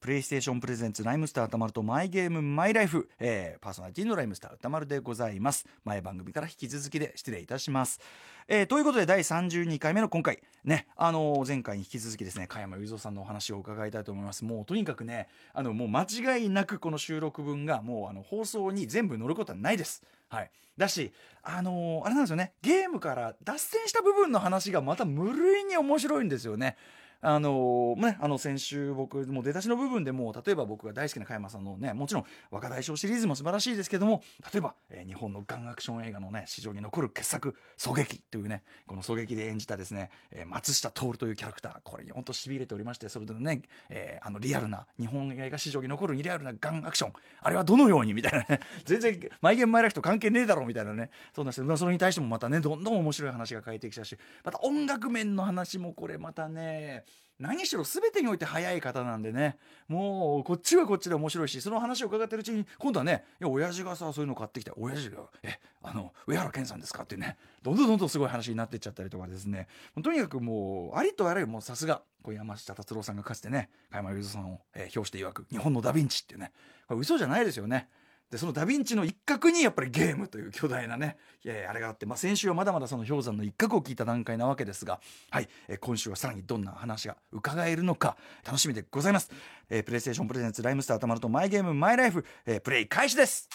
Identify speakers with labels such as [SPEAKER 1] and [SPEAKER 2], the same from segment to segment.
[SPEAKER 1] プレイステーションプレゼンツライムスター歌丸とマイゲームマイライフ、えー、パーソナリティのライムスター歌丸でございます前番組から引き続きで失礼いたします、えー、ということで第32回目の今回ねあのー前回に引き続きですね加山雄三さんのお話を伺いたいと思いますもうとにかくねあのもう間違いなくこの収録分がもうあの放送に全部乗ることはないですはいだしあのーあれなんですよねゲームから脱線した部分の話がまた無類に面白いんですよねあのーね、あの先週僕もう出だしの部分でもう例えば僕が大好きな加山さんのねもちろん若大将シリーズも素晴らしいですけども例えば、えー日本のガンアクション映画のね史上に残る傑作「狙撃」というねこの狙撃で演じたですね、えー松下徹というキャラクターこれに本当しびれておりましてそれでね、えーあのリアルな日本映画史上に残るリアルなガンアクションあれはどのようにみたいなね全然毎ゲーム毎ライフと関係ねえだろみたいなねそんなしてまあそれに対してもまたねどんどん面白い話が返ってきたしまた音楽面の話もこれまたね何しろ全てにおいて早い方なんでねもうこっちはこっちで面白いしその話を伺ってるうちに今度はねいや親父がさそういうの買ってきた親父が「えあの上原健さんですか?」っていうねどんどんどんどんすごい話になってっちゃったりとかですねとにかくもうありとあらゆるもうさすがこう山下達郎さんがかつてね加山雄三さんを、えー表して曰く「日本のダ・ヴィンチ」っていうねこれ嘘じゃないですよね。でそのダ・ヴィンチの一角にやっぱりゲームという巨大なねいやいやあれがあって、まあ、先週はまだまだその氷山の一角を聞いた段階なわけですが、はいえー今週はさらにどんな話が伺えるのか楽しみでございます、えープレイステーションプレゼンツライムスターたまるとマイゲームマイライフ、えープレイ開始です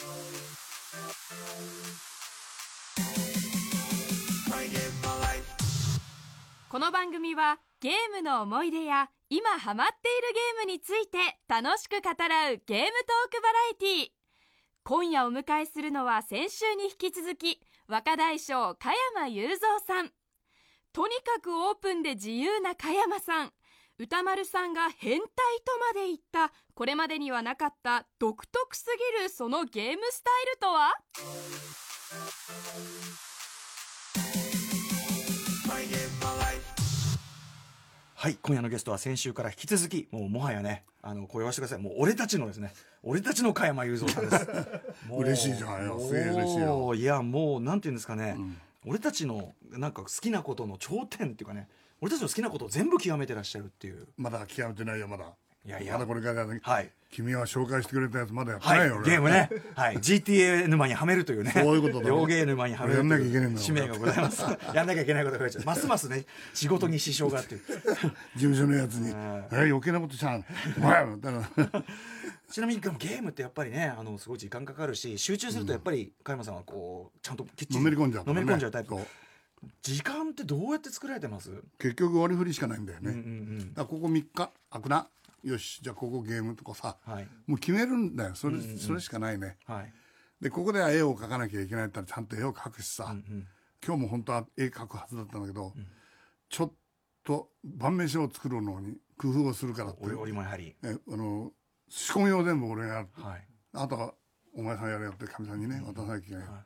[SPEAKER 2] この番組はゲームの思い出や今ハマっているゲームについて楽しく語らうゲームトークバラエティ今夜お迎えするのは先週に引き続き若大将加山雄三さんとにかくオープンで自由な加山さん歌丸さんが変態とまで言ったこれまでにはなかった独特すぎるそのゲームスタイルとは
[SPEAKER 1] はい今夜のゲストは先週から引き続きもうもはやねあのこれはしてくださいもう俺たちのですね俺たちの加山雄三さんです もう
[SPEAKER 3] 嬉しいじゃないのすげえ嬉しいよ
[SPEAKER 1] もういやもうなんていうんですかね、俺たちのなんか好きなことの頂点っていうかね俺たちの好きなことを全部極めてらっしゃるっていう
[SPEAKER 3] まだ極めてないよまだ
[SPEAKER 1] いやいや
[SPEAKER 3] まだこれからだね
[SPEAKER 1] はい
[SPEAKER 3] 君は紹介してくれたやつまだやって
[SPEAKER 1] はい、
[SPEAKER 3] ないよ、俺
[SPEAKER 1] ゲームね、はい、GTA 沼にはめるというね、
[SPEAKER 3] そういうことだね
[SPEAKER 1] 両ゲー沼にはめる
[SPEAKER 3] やんなきゃいけないんだ
[SPEAKER 1] 使命がございます。やんなきゃいけないことが増えちゃう。ますますね、仕事に支障があっ ていう。
[SPEAKER 3] 事務所のやつに「え余計なことしちゃうお前みたいな
[SPEAKER 1] ちなみにでもゲームってやっぱりねあのすごい時間かかるし集中するとやっぱり加山さんはこうちゃんときっちり
[SPEAKER 3] のめり込んじゃうから
[SPEAKER 1] の
[SPEAKER 3] ね
[SPEAKER 1] めり込んじゃうタイプ
[SPEAKER 3] そう
[SPEAKER 1] 時間ってどうやって作られてます
[SPEAKER 3] 結局割り振りしかないんだよね、
[SPEAKER 1] うんうん
[SPEAKER 3] だからここ3日開くなよしじゃあここゲームとかさ、
[SPEAKER 1] はい
[SPEAKER 3] もう決めるんだよそれ,、それしかないね
[SPEAKER 1] はい
[SPEAKER 3] でここでは絵を描かなきゃいけないって言ったらちゃんと絵を描くしさ、
[SPEAKER 1] うん
[SPEAKER 3] 今日も本当は絵描くはずだったんだけど、ちょっと晩飯を作るのに工夫をするからって
[SPEAKER 1] お料理もやはり
[SPEAKER 3] えあの仕込みを全部俺がやる
[SPEAKER 1] はい
[SPEAKER 3] あとはお前さんやれよってかみさんにね渡さなきゃいけない、だか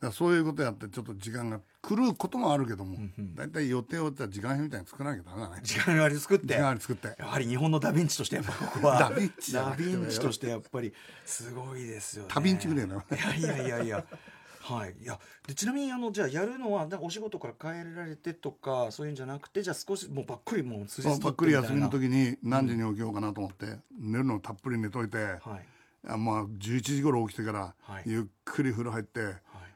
[SPEAKER 3] らそういうことやってちょっと時間が狂うこともあるけども大体、予定をじゃあ時間表みたいに作らなきゃダメだね
[SPEAKER 1] 時間割り作っ
[SPEAKER 3] 時
[SPEAKER 1] て
[SPEAKER 3] 間
[SPEAKER 1] や
[SPEAKER 3] 割り作って
[SPEAKER 1] はり日本のダヴィンチとしてやっぱここは
[SPEAKER 3] ダヴィンチじゃな
[SPEAKER 1] ダ
[SPEAKER 3] くて
[SPEAKER 1] ヴィンチとしてやっぱりすごいですよね
[SPEAKER 3] 多便地ぐらいだよ
[SPEAKER 1] いやいやいやいや。はい、いやでちなみにあのじゃあやるのはだお仕事から帰られてとかそういうんじゃなくてじゃあ少しもうばっくりもう筋
[SPEAKER 3] そう
[SPEAKER 1] 取
[SPEAKER 3] ばっくり
[SPEAKER 1] みたい
[SPEAKER 3] 休み
[SPEAKER 1] な
[SPEAKER 3] の時に何時に起きようかなと思って、寝るのたっぷり寝といて、
[SPEAKER 1] はい
[SPEAKER 3] あまあ11時頃起きてから、
[SPEAKER 1] はい
[SPEAKER 3] ゆっくり風呂入って、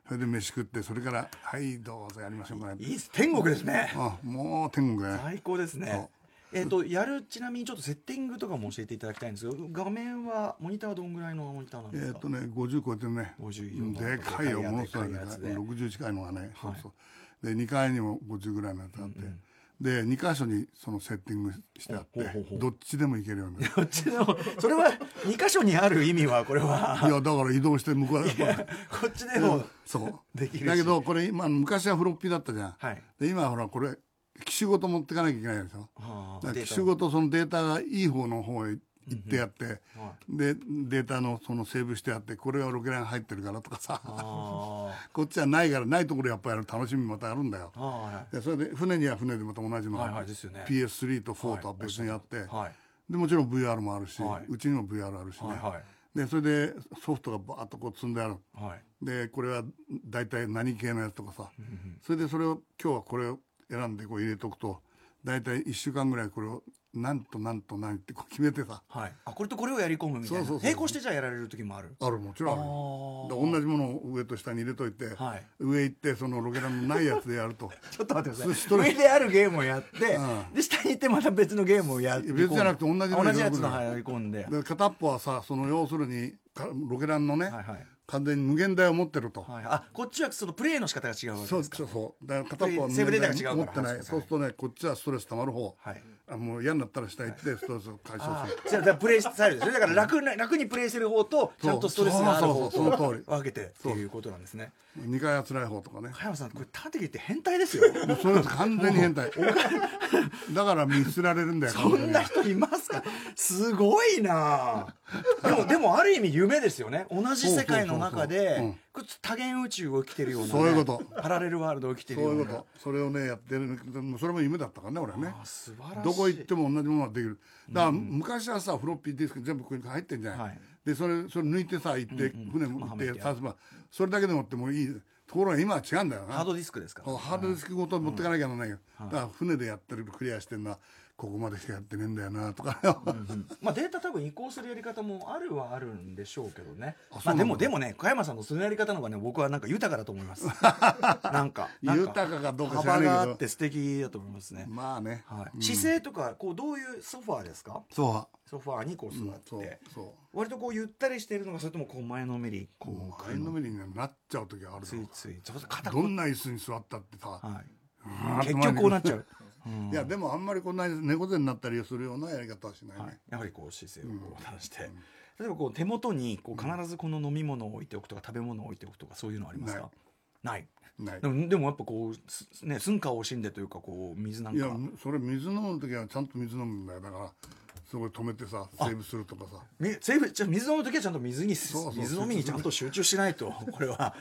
[SPEAKER 3] それで飯食ってそれから「はいどうぞやりましょうかね」
[SPEAKER 1] いいっす天国ですね
[SPEAKER 3] あもう天国だね
[SPEAKER 1] 最高ですねえっ、とやるちなみにちょっとセッティングとかも教えていただきたいんですけど画面はモニターはどんぐらいのモニターなん
[SPEAKER 3] え
[SPEAKER 1] です
[SPEAKER 3] ー
[SPEAKER 1] か、
[SPEAKER 3] っとね50超えてるね
[SPEAKER 1] 50
[SPEAKER 3] うんでかいよ
[SPEAKER 1] でかいや
[SPEAKER 3] ものすご
[SPEAKER 1] でか
[SPEAKER 3] いでかい
[SPEAKER 1] いやつで
[SPEAKER 3] 60近いのがね、そうそうで2階にも50ぐらいのやつあって、で2箇所にそのセッティングしてあって
[SPEAKER 1] ほうほうほう
[SPEAKER 3] どっちでも行けるようにな る
[SPEAKER 1] こっちの それは2箇所にある意味はこれはい
[SPEAKER 3] やだから移動して向こうへ
[SPEAKER 1] こっちでも
[SPEAKER 3] そう
[SPEAKER 1] できるし
[SPEAKER 3] だけどこれ今昔はフロッピーだったじゃん、
[SPEAKER 1] はい
[SPEAKER 3] で今はほらこれ機種ごと持ってかなきゃいけないでしょ
[SPEAKER 1] はあ
[SPEAKER 3] だから
[SPEAKER 1] デー
[SPEAKER 3] 機
[SPEAKER 1] タ
[SPEAKER 3] 種ごとそのデータがいい方の方へ行ってやって、
[SPEAKER 1] は
[SPEAKER 3] でデータのそのセーブしてあってこれはロケライン入ってるからとかさ
[SPEAKER 1] あ
[SPEAKER 3] こっちはないからないところやっぱり楽しみまたあるんだよ
[SPEAKER 1] あは
[SPEAKER 3] でそれで船には船でまた同じの、
[SPEAKER 1] はいはいですよね
[SPEAKER 3] PS3 と4とは別にやって、
[SPEAKER 1] いはい
[SPEAKER 3] でもちろん VR もあるし、
[SPEAKER 1] はいう
[SPEAKER 3] ちにも VR あるしね、
[SPEAKER 1] はいは
[SPEAKER 3] でそれでソフトがバーッとこう積んである
[SPEAKER 1] いはい
[SPEAKER 3] でこれは大体何系のやつとかさそれでそれを今日はこれを選んでこう入れとくと大体1週間ぐらいこれをなんとなんと何ってこう決めてさ
[SPEAKER 1] はい、あこれとこれをやり込むみたいな
[SPEAKER 3] そうそうそう
[SPEAKER 1] 並行してじゃあやられる時もある
[SPEAKER 3] あるもちろんあるよで
[SPEAKER 1] あ
[SPEAKER 3] 同じものを上と下に入れといて、
[SPEAKER 1] あはい
[SPEAKER 3] 上行ってそのロケランのないやつでやると
[SPEAKER 1] ちょっと待ってくだ
[SPEAKER 3] ス
[SPEAKER 1] さ
[SPEAKER 3] ト
[SPEAKER 1] い
[SPEAKER 3] レス
[SPEAKER 1] 上であるゲームをやって、
[SPEAKER 3] うん
[SPEAKER 1] で下に行ってまた別のゲームをやって
[SPEAKER 3] 別じゃなくて同じの
[SPEAKER 1] 同じやつの
[SPEAKER 3] 入
[SPEAKER 1] 入り込んで
[SPEAKER 3] で片っぽはさその要するにかロケランのね、
[SPEAKER 1] はいはい
[SPEAKER 3] 完全に無限大を持ってると、
[SPEAKER 1] はい、あこっちはそのプレーの仕方が違うわけ
[SPEAKER 3] そ
[SPEAKER 1] で
[SPEAKER 3] う
[SPEAKER 1] すか
[SPEAKER 3] そうそうだから片っぽは
[SPEAKER 1] セーブデータが違うから
[SPEAKER 3] 持ってない
[SPEAKER 1] はい
[SPEAKER 3] そうするとねこっちはストレス溜まる方、
[SPEAKER 1] はい
[SPEAKER 3] あもう嫌になったら下行ってストレスを解消
[SPEAKER 1] あ
[SPEAKER 3] する
[SPEAKER 1] ーじゃあだからプレイスタイルですねだから楽な楽にプレイしてる方とちゃんとストレスがある方
[SPEAKER 3] そうそうそうその通
[SPEAKER 1] と
[SPEAKER 3] り
[SPEAKER 1] 分けてっていうことなんですね
[SPEAKER 3] 2回あつらい方とかね
[SPEAKER 1] 加山さんこれ端的に言って変態ですよ
[SPEAKER 3] もうそれ完全に変 態だから見捨てられるんだよ
[SPEAKER 1] そんな人いますかすごいなあでもでもある意味夢ですよね同じ世界の中
[SPEAKER 3] そうそうそうそうう
[SPEAKER 1] で
[SPEAKER 3] ん
[SPEAKER 1] こう多元宇宙を生きてるようなね、
[SPEAKER 3] そういうこと
[SPEAKER 1] パラレルワールドを生きて
[SPEAKER 3] そ
[SPEAKER 1] るよう
[SPEAKER 3] う
[SPEAKER 1] な
[SPEAKER 3] いうことそれをねやってるもうそれも夢だったからね俺はね
[SPEAKER 1] あー素晴らしい
[SPEAKER 3] どこ行っても同じものができるだから昔はさフロッピーディスク全部ここに入ってんじゃない、
[SPEAKER 1] はい
[SPEAKER 3] でそれそれ抜いてさ行って船も行っ
[SPEAKER 1] はめて
[SPEAKER 3] てさすばそれだけでもってもういいところが今は違うんだよな
[SPEAKER 1] ハードディスクですか
[SPEAKER 3] こうハードディスクごと持ってかなきゃならないよ、だから船でやってるクリアしてるのはここまでしかやってねえんだよな とかよ、
[SPEAKER 1] まあ、データ多分移行するやり方もあるはあるんでしょうけどね
[SPEAKER 3] あ
[SPEAKER 1] ま
[SPEAKER 3] そ
[SPEAKER 1] あ、
[SPEAKER 3] うなんだ
[SPEAKER 1] でもでもね加山さんのそのやり方の方がね僕はなんか豊かだと思います なんかなん
[SPEAKER 3] 豊かかどうか知ら
[SPEAKER 1] 幅が
[SPEAKER 3] な
[SPEAKER 1] あ
[SPEAKER 3] い
[SPEAKER 1] っ
[SPEAKER 3] け
[SPEAKER 1] て素敵だと思いますね
[SPEAKER 3] ど、まあね、
[SPEAKER 1] はい
[SPEAKER 3] うん
[SPEAKER 1] 姿勢とかこうどういうソファーですか
[SPEAKER 3] そ
[SPEAKER 1] ソファーにこう
[SPEAKER 3] う、
[SPEAKER 1] 座
[SPEAKER 3] うん
[SPEAKER 1] って、
[SPEAKER 3] そうそ
[SPEAKER 1] 割とこうゆったりしてるのかそれともこう前のめり
[SPEAKER 3] う
[SPEAKER 1] こう
[SPEAKER 3] 前のめりになっちゃう時はあるだ
[SPEAKER 1] つ
[SPEAKER 3] ろ
[SPEAKER 1] いついちょっと肩
[SPEAKER 3] ど
[SPEAKER 1] こ
[SPEAKER 3] んな椅子に座ったってさ、
[SPEAKER 1] は
[SPEAKER 3] うーんっ
[SPEAKER 1] い、
[SPEAKER 3] て
[SPEAKER 1] 結
[SPEAKER 3] 前に
[SPEAKER 1] 局こうなっちゃう、うん
[SPEAKER 3] いやでもあんまりこんなに猫背になったりするようなやり方はしないね、
[SPEAKER 1] はい、やはりこう姿勢をこう正して、例えばこう手元にこう必ずこの飲み物を置いておくとか食べ物を置いておくとかそういうのありますかない
[SPEAKER 3] ない
[SPEAKER 1] でもでもやっぱこうすね寸暇を惜しんでというかこう水なん
[SPEAKER 3] い
[SPEAKER 1] か
[SPEAKER 3] やそれ水飲む時はちゃんと水飲むんだよだからそこで止めてさセーブするとかさ
[SPEAKER 1] みセーフじゃあ水飲む時はちゃんと水に
[SPEAKER 3] そうそう
[SPEAKER 1] 水飲みにちゃんと集中しないとこれは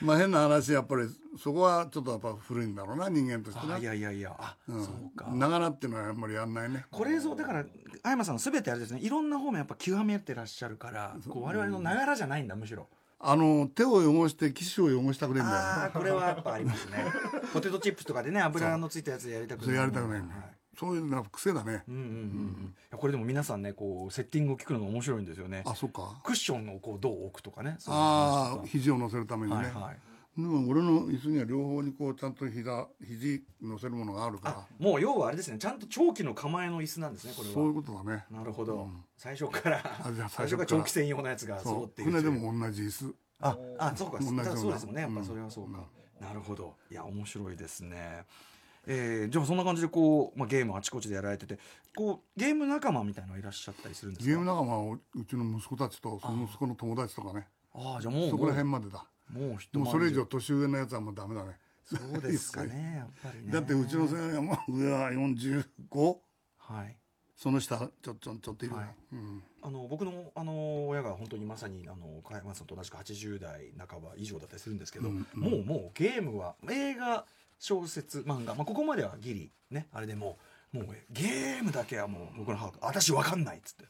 [SPEAKER 3] まあ変な話やっぱりそこはちょっとやっぱ古いんだろうな人間として
[SPEAKER 1] あ
[SPEAKER 3] ない
[SPEAKER 1] やいやいやあ、
[SPEAKER 3] うん
[SPEAKER 1] そうか
[SPEAKER 3] ながらっていうのはあんまりやんないね
[SPEAKER 1] これぞだからあやまさん全てあれですねいろんな方面やっぱ極めてらっしゃるからこう我々のながらじゃないんだむしろ
[SPEAKER 3] あの手を汚して機種を汚したくねえんだよ
[SPEAKER 1] ああこれはやっぱあり ますねポテトチップスとかでね油のついたやつでやりたく
[SPEAKER 3] それやりたくない
[SPEAKER 1] は
[SPEAKER 3] んだよそういうのは癖だね
[SPEAKER 1] うんうんうんうん、いやこれでも皆さんねこうセッティングを聞くのが面白いんですよね
[SPEAKER 3] あそっか
[SPEAKER 1] クッションをこうどう置くとかねそういう話
[SPEAKER 3] あ
[SPEAKER 1] と
[SPEAKER 3] あ
[SPEAKER 1] か
[SPEAKER 3] 肘を乗せるためにね、
[SPEAKER 1] はいはい
[SPEAKER 3] でも俺の椅子には両方にこうちゃんと膝肘乗せるものがあるから
[SPEAKER 1] あもう要はあれですねちゃんと長期の構えの椅子なんですねこ
[SPEAKER 3] そうい
[SPEAKER 1] れ
[SPEAKER 3] うことだね
[SPEAKER 1] はなるほど、最初から
[SPEAKER 3] あじゃあ
[SPEAKER 1] 最初か
[SPEAKER 3] 最初からら
[SPEAKER 1] 長期専用のやつが揃
[SPEAKER 3] そ
[SPEAKER 1] って
[SPEAKER 3] う
[SPEAKER 1] いる
[SPEAKER 3] 船でも同じ椅子
[SPEAKER 1] ああそうか
[SPEAKER 3] 同じような
[SPEAKER 1] だからそうですもんねやっぱそれはそうか、なるほどいや面白いですねえー、じゃあそんな感じでこう、まあ、ゲームあちこちでやられててこうゲーム仲間みたいなのいらっしゃったりするんですか
[SPEAKER 3] ゲーム仲間はうちの息子たちとその息子の友達とかね
[SPEAKER 1] ああじゃあもう
[SPEAKER 3] そこら辺まで
[SPEAKER 1] も
[SPEAKER 3] だ
[SPEAKER 1] うもう一
[SPEAKER 3] もうそれ
[SPEAKER 1] 回
[SPEAKER 3] 以
[SPEAKER 1] り
[SPEAKER 3] 上年上のやつはもうダメだね
[SPEAKER 1] そうです かね、やっぱりね。
[SPEAKER 3] だってうちの世代はもう上は45
[SPEAKER 1] はい。
[SPEAKER 3] その下ちょちょちょっといるな、
[SPEAKER 1] はい
[SPEAKER 3] うん、
[SPEAKER 1] あの僕のあの親が本当にまさにあの加山さんと同じく80代半ば以上だったりするんですけど、
[SPEAKER 3] うんうん
[SPEAKER 1] もうもうゲームは映画小説漫画、まあ、ここまではギリねあれでももうゲームだけはもう僕の母が「私わかんない」っつって、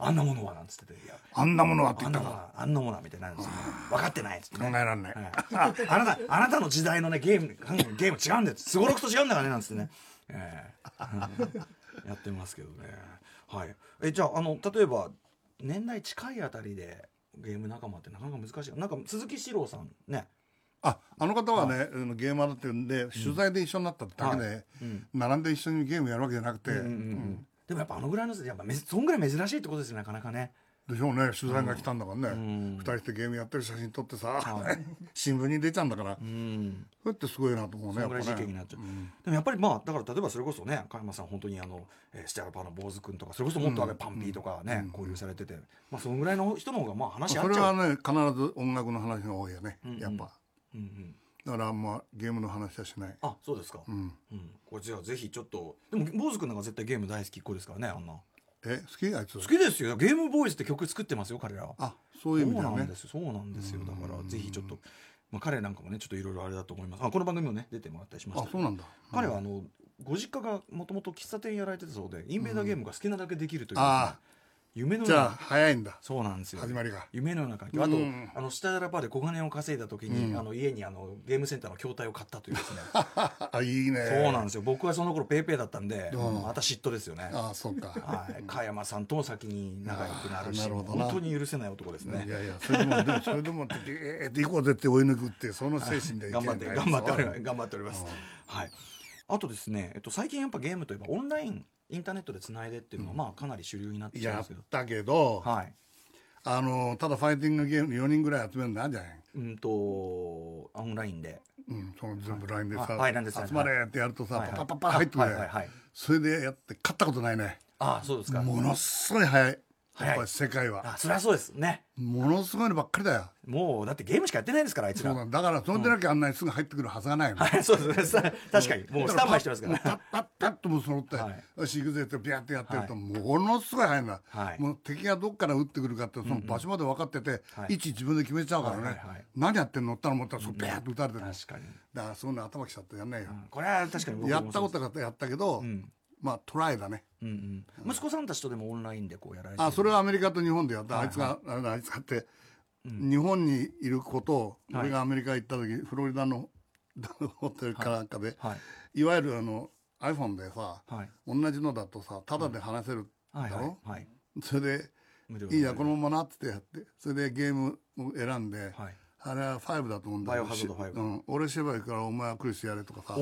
[SPEAKER 1] あんなものは」なんつってて「いや
[SPEAKER 3] あんなものはって
[SPEAKER 1] あ
[SPEAKER 3] 言
[SPEAKER 1] ん
[SPEAKER 3] っ
[SPEAKER 1] な
[SPEAKER 3] た
[SPEAKER 1] もの
[SPEAKER 3] ら
[SPEAKER 1] はあんなものは」みたいになるんですよ、分かってない」っつって、
[SPEAKER 3] 考え
[SPEAKER 1] ね
[SPEAKER 3] られない、
[SPEAKER 1] はいああなたあなたの時代のねゲームうんゲーム違うんだよすごろくと違うんだからねなんつってね、ええやってますけどねはいえじゃああの例えば年代近いあたりでゲーム仲間ってなかなか難しいなんか鈴木史郎さんね
[SPEAKER 3] ああの方はね、あのゲーマーだってるんで取材で一緒になっただけで、
[SPEAKER 1] うん
[SPEAKER 3] 並んで一緒にゲームやるわけじゃなくて、
[SPEAKER 1] うんうんうんでもやっぱあのぐらいのやっぱめそんぐらい珍しいってことですよなかなかね
[SPEAKER 3] でしょうね取材が来たんだからね、
[SPEAKER 1] うん
[SPEAKER 3] 二人してゲームやってる写真撮ってさ、
[SPEAKER 1] は
[SPEAKER 3] 新聞に出ちゃうんだから、
[SPEAKER 1] う
[SPEAKER 3] そ
[SPEAKER 1] ん
[SPEAKER 3] うやってすごいなと思うね
[SPEAKER 1] そのぐらい
[SPEAKER 3] やっ
[SPEAKER 1] 時
[SPEAKER 3] ぱね
[SPEAKER 1] 期になっちゃう
[SPEAKER 3] うん
[SPEAKER 1] でもやっぱりまあだから例えばそれこそね加山さん本当にあの、えー、スチャラパーの坊主くんとかそれこそもっとあれパンピーとかね、交流されてて、まあ、そのぐらいの人の方がまあ話合
[SPEAKER 3] そ
[SPEAKER 1] っ
[SPEAKER 3] れ
[SPEAKER 1] ちゃ
[SPEAKER 3] は
[SPEAKER 1] う、
[SPEAKER 3] ね必ず音楽の話が多いよね、
[SPEAKER 1] うんうん
[SPEAKER 3] やっぱ
[SPEAKER 1] うんうん、
[SPEAKER 3] だからあんまゲームの話はしない、
[SPEAKER 1] あそうですか、う
[SPEAKER 3] うんん、
[SPEAKER 1] これじゃあぜひちょっとでも坊主くんなんか絶対ゲーム大好きっ子ですからねあんな
[SPEAKER 3] え好きあいつ
[SPEAKER 1] 好きですよゲームボーイズって曲作ってますよ彼らは
[SPEAKER 3] あそういう意味だ
[SPEAKER 1] そうな
[SPEAKER 3] ね
[SPEAKER 1] んですよそうなんですよだからぜひちょっと、まあ、彼なんかもねちょっといろいろあれだと思いますあこの番組もね出てもらったりしました
[SPEAKER 3] あ
[SPEAKER 1] けど
[SPEAKER 3] そうなんだ
[SPEAKER 1] 彼はあのご実家がもともと喫茶店やられてたそうでインベーダーゲームが好きなだけできるというですね、
[SPEAKER 3] あ
[SPEAKER 1] 夢の
[SPEAKER 3] じゃあ
[SPEAKER 1] 中
[SPEAKER 3] 早いんだ
[SPEAKER 1] そうなんですよ
[SPEAKER 3] 始まりが
[SPEAKER 1] 夢の中あと、
[SPEAKER 3] うん
[SPEAKER 1] あのスターラバーで小金を稼いだ時に、
[SPEAKER 3] うん
[SPEAKER 1] あの家にあのゲームセンターの筐体を買ったという ですね
[SPEAKER 3] あいいね
[SPEAKER 1] そうなんですよ僕はその頃ペーペーだったんで、
[SPEAKER 3] うん
[SPEAKER 1] また嫉妬ですよね
[SPEAKER 3] ああそうか
[SPEAKER 1] はい、加山さんとも先に仲良くなるし
[SPEAKER 3] あーなるほどな
[SPEAKER 1] 本当に許せない男ですね
[SPEAKER 3] いやいやそれでもでもそれでもってえーって行こうぜって追い抜くってその精神でいけ
[SPEAKER 1] 頑張って頑張っております頑張っております
[SPEAKER 3] うん。
[SPEAKER 1] はい。あとですね、えっと最近やっぱゲームといえばオンラインインターネットでつないでっていうのはまあかなり主流になってきて
[SPEAKER 3] や
[SPEAKER 1] ま
[SPEAKER 3] っ
[SPEAKER 1] すけど。
[SPEAKER 3] たけど
[SPEAKER 1] はい。
[SPEAKER 3] あのただファイティングゲーム4人ぐらい集めるのなんじゃない
[SPEAKER 1] うんとオンラインで。
[SPEAKER 3] うん、その全部 LINE で
[SPEAKER 1] あはい LINE で
[SPEAKER 3] さ
[SPEAKER 1] さ
[SPEAKER 3] 集まれってやるとさ、
[SPEAKER 1] はいはい
[SPEAKER 3] パパパパ入ってく
[SPEAKER 1] は
[SPEAKER 3] る
[SPEAKER 1] い
[SPEAKER 3] ね
[SPEAKER 1] はいはい。
[SPEAKER 3] それでやって勝ったことないね
[SPEAKER 1] ああそうですか。
[SPEAKER 3] ものすごい早い
[SPEAKER 1] 早い
[SPEAKER 3] やっぱり世界は
[SPEAKER 1] あそりゃそうですね。
[SPEAKER 3] ものすごいのばっかりだよ
[SPEAKER 1] もうだってゲームしかやってないですからあいつ
[SPEAKER 3] そう
[SPEAKER 1] ら。
[SPEAKER 3] なんだからそれでなきゃあんなにすぐ入ってくるはずがないの、
[SPEAKER 1] はいそうですね。確かにもうスタンバイしてますから。
[SPEAKER 3] パッパッパッともう揃って、
[SPEAKER 1] はい
[SPEAKER 3] よし行くぜってビャーってやってると、
[SPEAKER 1] は
[SPEAKER 3] ものすごい早いんだ、
[SPEAKER 1] はい
[SPEAKER 3] もう敵がどっから撃ってくるかってその場所まで分かってて、
[SPEAKER 1] はい
[SPEAKER 3] 位置自分で決めちゃうからね、
[SPEAKER 1] はいはいはい
[SPEAKER 3] 何やってんのって思ったらそこビャーって撃たれてる、だ
[SPEAKER 1] 確かに。
[SPEAKER 3] からそんな頭きちゃってやんないよ
[SPEAKER 1] う、んこれは確かに僕も
[SPEAKER 3] や
[SPEAKER 1] そう
[SPEAKER 3] っ
[SPEAKER 1] です
[SPEAKER 3] たことがやったけど、
[SPEAKER 1] うん
[SPEAKER 3] まあトライだね
[SPEAKER 1] うんうん。息子さんたちとでもオンラインでこうやられてる。
[SPEAKER 3] あそれはアメリカと日本でやった、
[SPEAKER 1] はい
[SPEAKER 3] あいつがあれだあいつがって、
[SPEAKER 1] うん
[SPEAKER 3] 日本にいることを
[SPEAKER 1] はい
[SPEAKER 3] 俺がアメリカ行った時、フロリダのダウンホテルかなんかで、い、
[SPEAKER 1] はい
[SPEAKER 3] わゆるあの iPhone でさ
[SPEAKER 1] はい
[SPEAKER 3] 同じのだとさタダで話せる、
[SPEAKER 1] はい
[SPEAKER 3] だろ
[SPEAKER 1] はいはい。
[SPEAKER 3] それで
[SPEAKER 1] 無料
[SPEAKER 3] いいやこのままなっててやってそれでゲームを選んで、
[SPEAKER 1] はい。
[SPEAKER 3] あれは5だと思うんだ
[SPEAKER 1] バ
[SPEAKER 3] けど
[SPEAKER 1] イオハザード5
[SPEAKER 3] うん、俺芝居行くからお前はクリスやれとかさ
[SPEAKER 1] お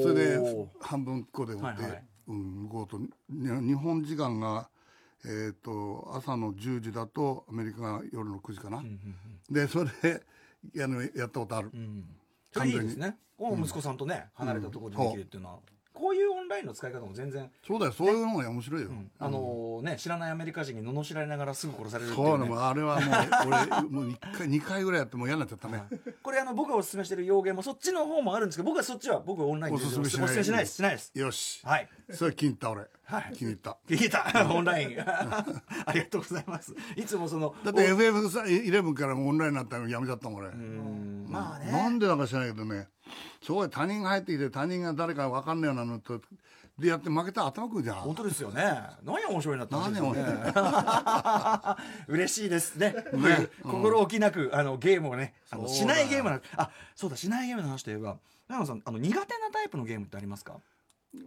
[SPEAKER 1] お。
[SPEAKER 3] それで半分こで打って、
[SPEAKER 1] はいはい
[SPEAKER 3] うん、向こうとに日本時間が、えー、と朝の10時だとアメリカが夜の9時かな、
[SPEAKER 1] うんうん
[SPEAKER 3] でそれでやのやったことある、
[SPEAKER 1] うんうん。それ
[SPEAKER 3] 完
[SPEAKER 1] いい
[SPEAKER 3] 全に
[SPEAKER 1] ですね。こう息子さんとね、離れたところでできるっていうのは、こういうオンラインの使い方も全然、
[SPEAKER 3] そうだよそういうのが面白いよ、
[SPEAKER 1] うんあのね、知らないアメリカ人に罵られながらすぐ殺されるってい
[SPEAKER 3] そう
[SPEAKER 1] う
[SPEAKER 3] ね
[SPEAKER 1] ね。
[SPEAKER 3] もうあれはもう俺もう一回2回ぐらいやってもう嫌になっちゃったね、
[SPEAKER 1] これあの僕がおすすめしてる用言もそっちの方もあるんですけど、僕はそっちは僕はオンラインで
[SPEAKER 3] おすすめしない
[SPEAKER 1] おすすめしないです。しないです。
[SPEAKER 3] よし、
[SPEAKER 1] はい。
[SPEAKER 3] それ気に入った俺、
[SPEAKER 1] はい
[SPEAKER 3] 気に入った
[SPEAKER 1] 聞いたオンライン。 ありがとうございます。いつもその
[SPEAKER 3] だって FF11 からもうオンラインになったのやめちゃったもん俺、
[SPEAKER 1] うんまあね。
[SPEAKER 3] なんでなんか知らないけどねそこで他人が入ってきて他人が誰か分かんないようなのとでやって負けたら頭くるじゃん
[SPEAKER 1] 本当ですよね。何が面白いなって話ですよね
[SPEAKER 3] 何
[SPEAKER 1] 嬉しいですね。心置きなくあのゲームをね、あの
[SPEAKER 3] そ
[SPEAKER 1] し
[SPEAKER 3] うだ
[SPEAKER 1] な
[SPEAKER 3] よ
[SPEAKER 1] いゲームなあそうだしないゲームの話といえば、長野さんあの苦手なタイプのゲームってありますか？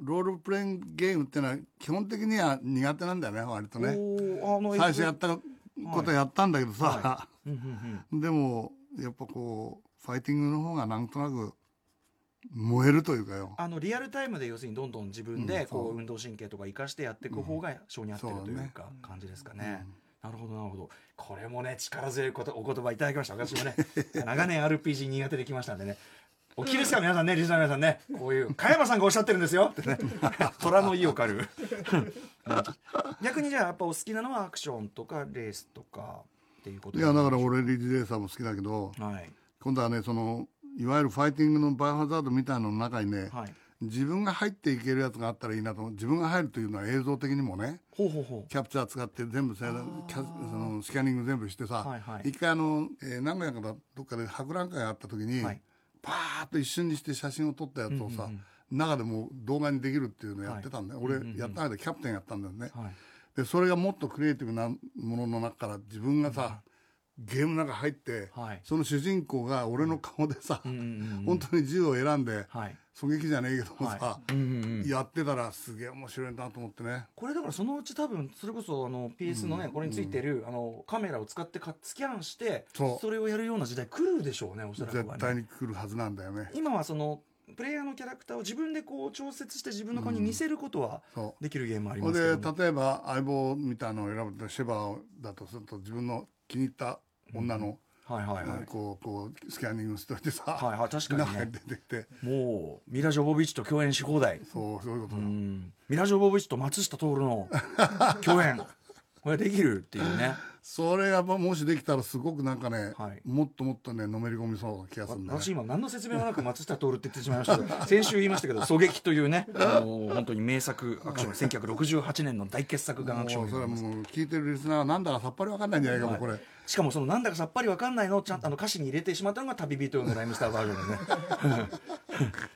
[SPEAKER 3] ロールプレイングゲームってのは基本的には苦手なんだよね割と
[SPEAKER 1] お
[SPEAKER 3] ね
[SPEAKER 1] ーあの
[SPEAKER 3] 最初やったことやったんだけどさ、
[SPEAKER 1] はうんうんうん
[SPEAKER 3] でもやっぱこうファイティングの方がなんとなく燃えるというかよ
[SPEAKER 1] あのリアルタイムで要するにどんどん自分
[SPEAKER 3] う
[SPEAKER 1] で
[SPEAKER 3] んそう
[SPEAKER 1] こう、運動神経とか活かしてやっていく方が性に合ってる
[SPEAKER 3] そう
[SPEAKER 1] と
[SPEAKER 3] ね
[SPEAKER 1] いうか感じですかね。なるほどなるほどこれもね力強いことお言葉いただきました私もね 長年 RPG 苦手できましたんでねおきですか皆さんねリスナーの皆さんねこういう加山さんがおっしゃってるんです よってね虎の意を狩る 逆にじゃあやっぱお好きなのはアクションとかレースとかっていうこと
[SPEAKER 3] いやだから
[SPEAKER 1] は
[SPEAKER 3] 俺リジレーサーも好きだけど
[SPEAKER 1] い
[SPEAKER 3] 今度はねそのいわゆるファイティングのバイオハザードみたいのの中にね、
[SPEAKER 1] はい
[SPEAKER 3] 自分が入っていけるやつがあったらいいなと思う自分が入るというのは映像的にもね
[SPEAKER 1] ほうほうほ
[SPEAKER 3] キャプチャー使って全部せキャそのスキャニング全部してさ、
[SPEAKER 1] はいはい
[SPEAKER 3] 一回あの、えー名古屋からどっかで博覧会があった時に、
[SPEAKER 1] はい
[SPEAKER 3] パーッと一瞬にして写真を撮ったやつをさ、中でもう動画にできるっていうのをやってたんだよ、俺やった中でキャプテンやったんだよね、
[SPEAKER 1] うはい
[SPEAKER 3] でそれがもっとクリエイティブなものの中から自分がさ、ゲームの中入って、
[SPEAKER 1] はい
[SPEAKER 3] その主人公が俺の顔でさ、
[SPEAKER 1] うんうんうん
[SPEAKER 3] 本当に銃を選んで、
[SPEAKER 1] はい
[SPEAKER 3] 狙撃じゃねえけどもさ、
[SPEAKER 1] はいうんうんうん
[SPEAKER 3] やってたらすげえ面白いなと思ってね
[SPEAKER 1] これだからそのうち多分それこそあの PS のね、これについてる、あのカメラを使ってかスキャンして
[SPEAKER 3] そう
[SPEAKER 1] れをやるような時代来るでしょうねおそらくはね
[SPEAKER 3] 絶対に来るはずなんだよね
[SPEAKER 1] 今はそのプレイヤーのキャラクターを自分でこう調節して自分の顔に似せることは
[SPEAKER 3] そ
[SPEAKER 1] できるゲームあ
[SPEAKER 3] う
[SPEAKER 1] り
[SPEAKER 3] ほ
[SPEAKER 1] ま
[SPEAKER 3] ん
[SPEAKER 1] す
[SPEAKER 3] で
[SPEAKER 1] けども、
[SPEAKER 3] 例えば相棒みたいなのを選ぶとシェバーだとすると自分の気に入った女の、
[SPEAKER 1] はいはいはい、
[SPEAKER 3] こうこうスキャニングしといてさ、
[SPEAKER 1] はいはい確かに
[SPEAKER 3] 中に
[SPEAKER 1] ね
[SPEAKER 3] 出てきて
[SPEAKER 1] もうミラ・ジョボビッチと共演し放題
[SPEAKER 3] そうそういうこと
[SPEAKER 1] う
[SPEAKER 3] だ、
[SPEAKER 1] んミラ・ジョボビッチと松下徹の共演これできるっていうね
[SPEAKER 3] それがもしできたらすごくなんかね、
[SPEAKER 1] はい
[SPEAKER 3] もっともっとねのめり込みそうな気がするんだよね
[SPEAKER 1] 私今何の説明もなく松下徹って言ってしまいましたけ ど先週言いましたけど「狙撃」というね、あの本当に名作アクション1968年の大傑作ガンアクショ
[SPEAKER 3] もう
[SPEAKER 1] ン
[SPEAKER 3] それは
[SPEAKER 1] です
[SPEAKER 3] もう聞いてるリスナーはなんだかさっぱりわかんないんじゃないかも、
[SPEAKER 1] はい
[SPEAKER 3] これ
[SPEAKER 1] しかもそのなんだかさっぱりわかんないのをちゃんとあの歌詞に入れてしまったのが旅人用のライムスターバージョン でね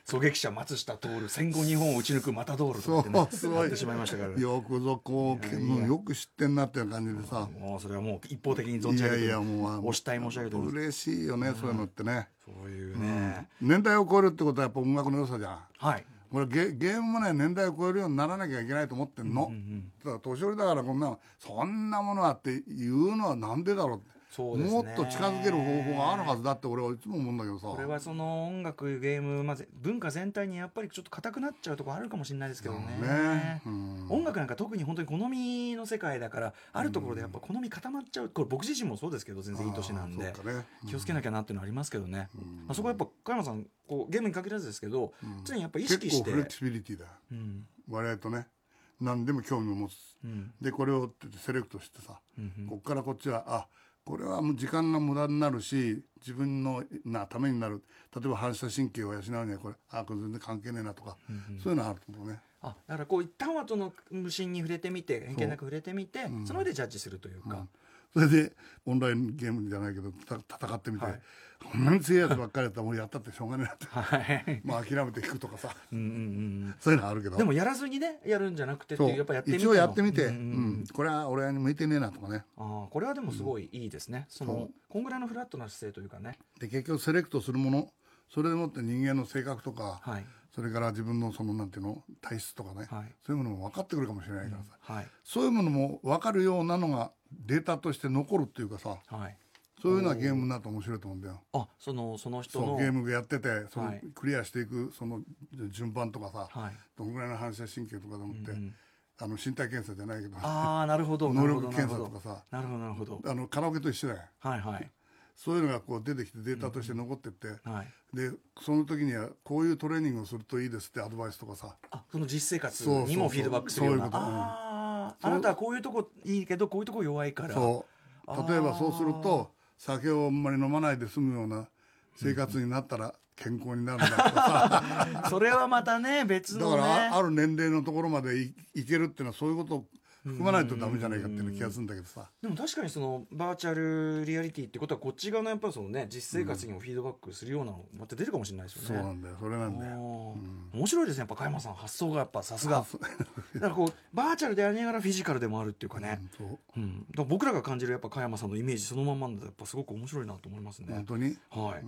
[SPEAKER 1] 狙撃者松下徹戦後日本を打ち抜くマタドールとかってね
[SPEAKER 3] そうすごい
[SPEAKER 1] やってしまいましたからね
[SPEAKER 3] よくぞこう、もうよく知ってんなっていう感じでさ
[SPEAKER 1] もうそれはもう一方的に存
[SPEAKER 3] い
[SPEAKER 1] じ上
[SPEAKER 3] や
[SPEAKER 1] げて
[SPEAKER 3] いやもう
[SPEAKER 1] お慕い申し上げてます
[SPEAKER 3] 嬉しいよね、そういうのってね
[SPEAKER 1] そういうね、
[SPEAKER 3] 年代を超えるってことはやっぱ音楽の良さじゃん
[SPEAKER 1] はい
[SPEAKER 3] 俺ゲゲームもね年代を超えるようにならなきゃいけないと思ってんの、ただ年寄りだからこんなのそんなものはって言うのはなんでだろうって
[SPEAKER 1] そうですね
[SPEAKER 3] もっと近づける方法があるはずだって俺はいつも思うんだけどさ
[SPEAKER 1] これはその音楽ゲーム、まあ、ぜ文化全体にやっぱりちょっと硬くなっちゃうところあるかもしれないですけどね
[SPEAKER 3] ねうん
[SPEAKER 1] 音楽なんか特に本当に好みの世界だからあるところでやっぱ好み固まっちゃうこれ僕自身もそうですけど全然いい年なんで
[SPEAKER 3] あーそうかね
[SPEAKER 1] 気をつけなきゃなっていうのはありますけどね、まあ、そこはやっぱ加山さんこうゲームに限らずですけど、常にやっぱ意
[SPEAKER 3] 結
[SPEAKER 1] 識し
[SPEAKER 3] 構
[SPEAKER 1] て
[SPEAKER 3] フレキシビリティだよ
[SPEAKER 1] うん
[SPEAKER 3] 我々とね何でも興味を持つ
[SPEAKER 1] うん
[SPEAKER 3] でこれをってセレクトしてさ、
[SPEAKER 1] うんうん
[SPEAKER 3] こっからこっちはあこれはもう時間が無駄になるし自分のなためになる例えば反射神経を養うにはこれあこれ全然関係ねえなとか、そういうのあると思うね
[SPEAKER 1] あだからこう一旦はその無心に触れてみて偏見なく触れてみてそ,、の上でジャッジするというか、
[SPEAKER 3] それでオンラインゲームじゃないけどた戦ってみて、
[SPEAKER 1] はい
[SPEAKER 3] こんなに強いやつばっかりだったらもうやったってしょうがねえなって
[SPEAKER 1] はい
[SPEAKER 3] まあ諦めて引くとかさ
[SPEAKER 1] うんうんうん
[SPEAKER 3] そういうのあるけど
[SPEAKER 1] でもやらずにねやるんじゃなくてって
[SPEAKER 3] そう
[SPEAKER 1] いうやっぱやってみて
[SPEAKER 3] 一応やってみて、
[SPEAKER 1] うんうんうん
[SPEAKER 3] うんこれは俺に向いてねえなとかね
[SPEAKER 1] ああこれはでもすごいいいですね、そのこんぐらいのフラットな姿勢というかね
[SPEAKER 3] で結局セレクトするものそれでもって人間の性格とか、
[SPEAKER 1] はい
[SPEAKER 3] それから自分のそのなんていうの体質とかね、
[SPEAKER 1] はい
[SPEAKER 3] そういうものも分かってくるかもしれないからさ、
[SPEAKER 1] はい
[SPEAKER 3] そういうものも分かるようなのがデータとして残るっていうかさ
[SPEAKER 1] はい
[SPEAKER 3] そういうのはゲームになると面白いと思うんだよ。
[SPEAKER 1] あそのその人
[SPEAKER 3] そ
[SPEAKER 1] の
[SPEAKER 3] うゲームやっててその
[SPEAKER 1] はい
[SPEAKER 3] クリアしていくその順番とかさ、
[SPEAKER 1] はい
[SPEAKER 3] どのぐらいの反射神経とかでもって、
[SPEAKER 1] うん
[SPEAKER 3] あの身体検査じゃないけどあ
[SPEAKER 1] ああなるほど
[SPEAKER 3] 能
[SPEAKER 1] なるほど
[SPEAKER 3] 力
[SPEAKER 1] なる
[SPEAKER 3] 検
[SPEAKER 1] ほ
[SPEAKER 3] 査
[SPEAKER 1] ど
[SPEAKER 3] とかさ
[SPEAKER 1] なるほどなるほど
[SPEAKER 3] のカラオケと一緒だよ
[SPEAKER 1] はいはい
[SPEAKER 3] そういうのがこう出てきてデータとして残ってって、
[SPEAKER 1] はい
[SPEAKER 3] でその時にはこういうトレーニングをするといいですってアドバイスとかさ
[SPEAKER 1] あその実生活
[SPEAKER 3] そうそうそ
[SPEAKER 1] に
[SPEAKER 3] う
[SPEAKER 1] もフィードバックするような
[SPEAKER 3] そういうことうん
[SPEAKER 1] ああ
[SPEAKER 3] そ
[SPEAKER 1] あ
[SPEAKER 3] う
[SPEAKER 1] なたはこういうとこいいけどこういうとこ弱いから
[SPEAKER 3] そう例えば
[SPEAKER 1] あー
[SPEAKER 3] そうすると酒をあんまり飲まないで済むような生活になったら健康になるんだとかさ
[SPEAKER 1] それはまたね別
[SPEAKER 3] だ
[SPEAKER 1] の
[SPEAKER 3] か
[SPEAKER 1] ね
[SPEAKER 3] らあある年齢のところまでいいけるっていうのはそういうことを含まないとダメじゃないかっていう気がするんだけどさ
[SPEAKER 1] でも確かにそのバーチャルリアリティってことはこっち側のやっぱりそのね実生活にもフィードバックするようなのまた出るかもしれないですよね。
[SPEAKER 3] そうなんだよそれなんだよ
[SPEAKER 1] おー面白いですねやっぱ加山さん発想がやっぱさすが
[SPEAKER 3] そう
[SPEAKER 1] だからこうバーチャルでありながらフィジカルでもあるっていうかね、
[SPEAKER 3] そう
[SPEAKER 1] うんだから僕らが感じるやっぱ加山さんのイメージそのまんまなんでやっぱすごく面白いなと思います
[SPEAKER 3] 本
[SPEAKER 1] ね。
[SPEAKER 3] 当に
[SPEAKER 1] はい、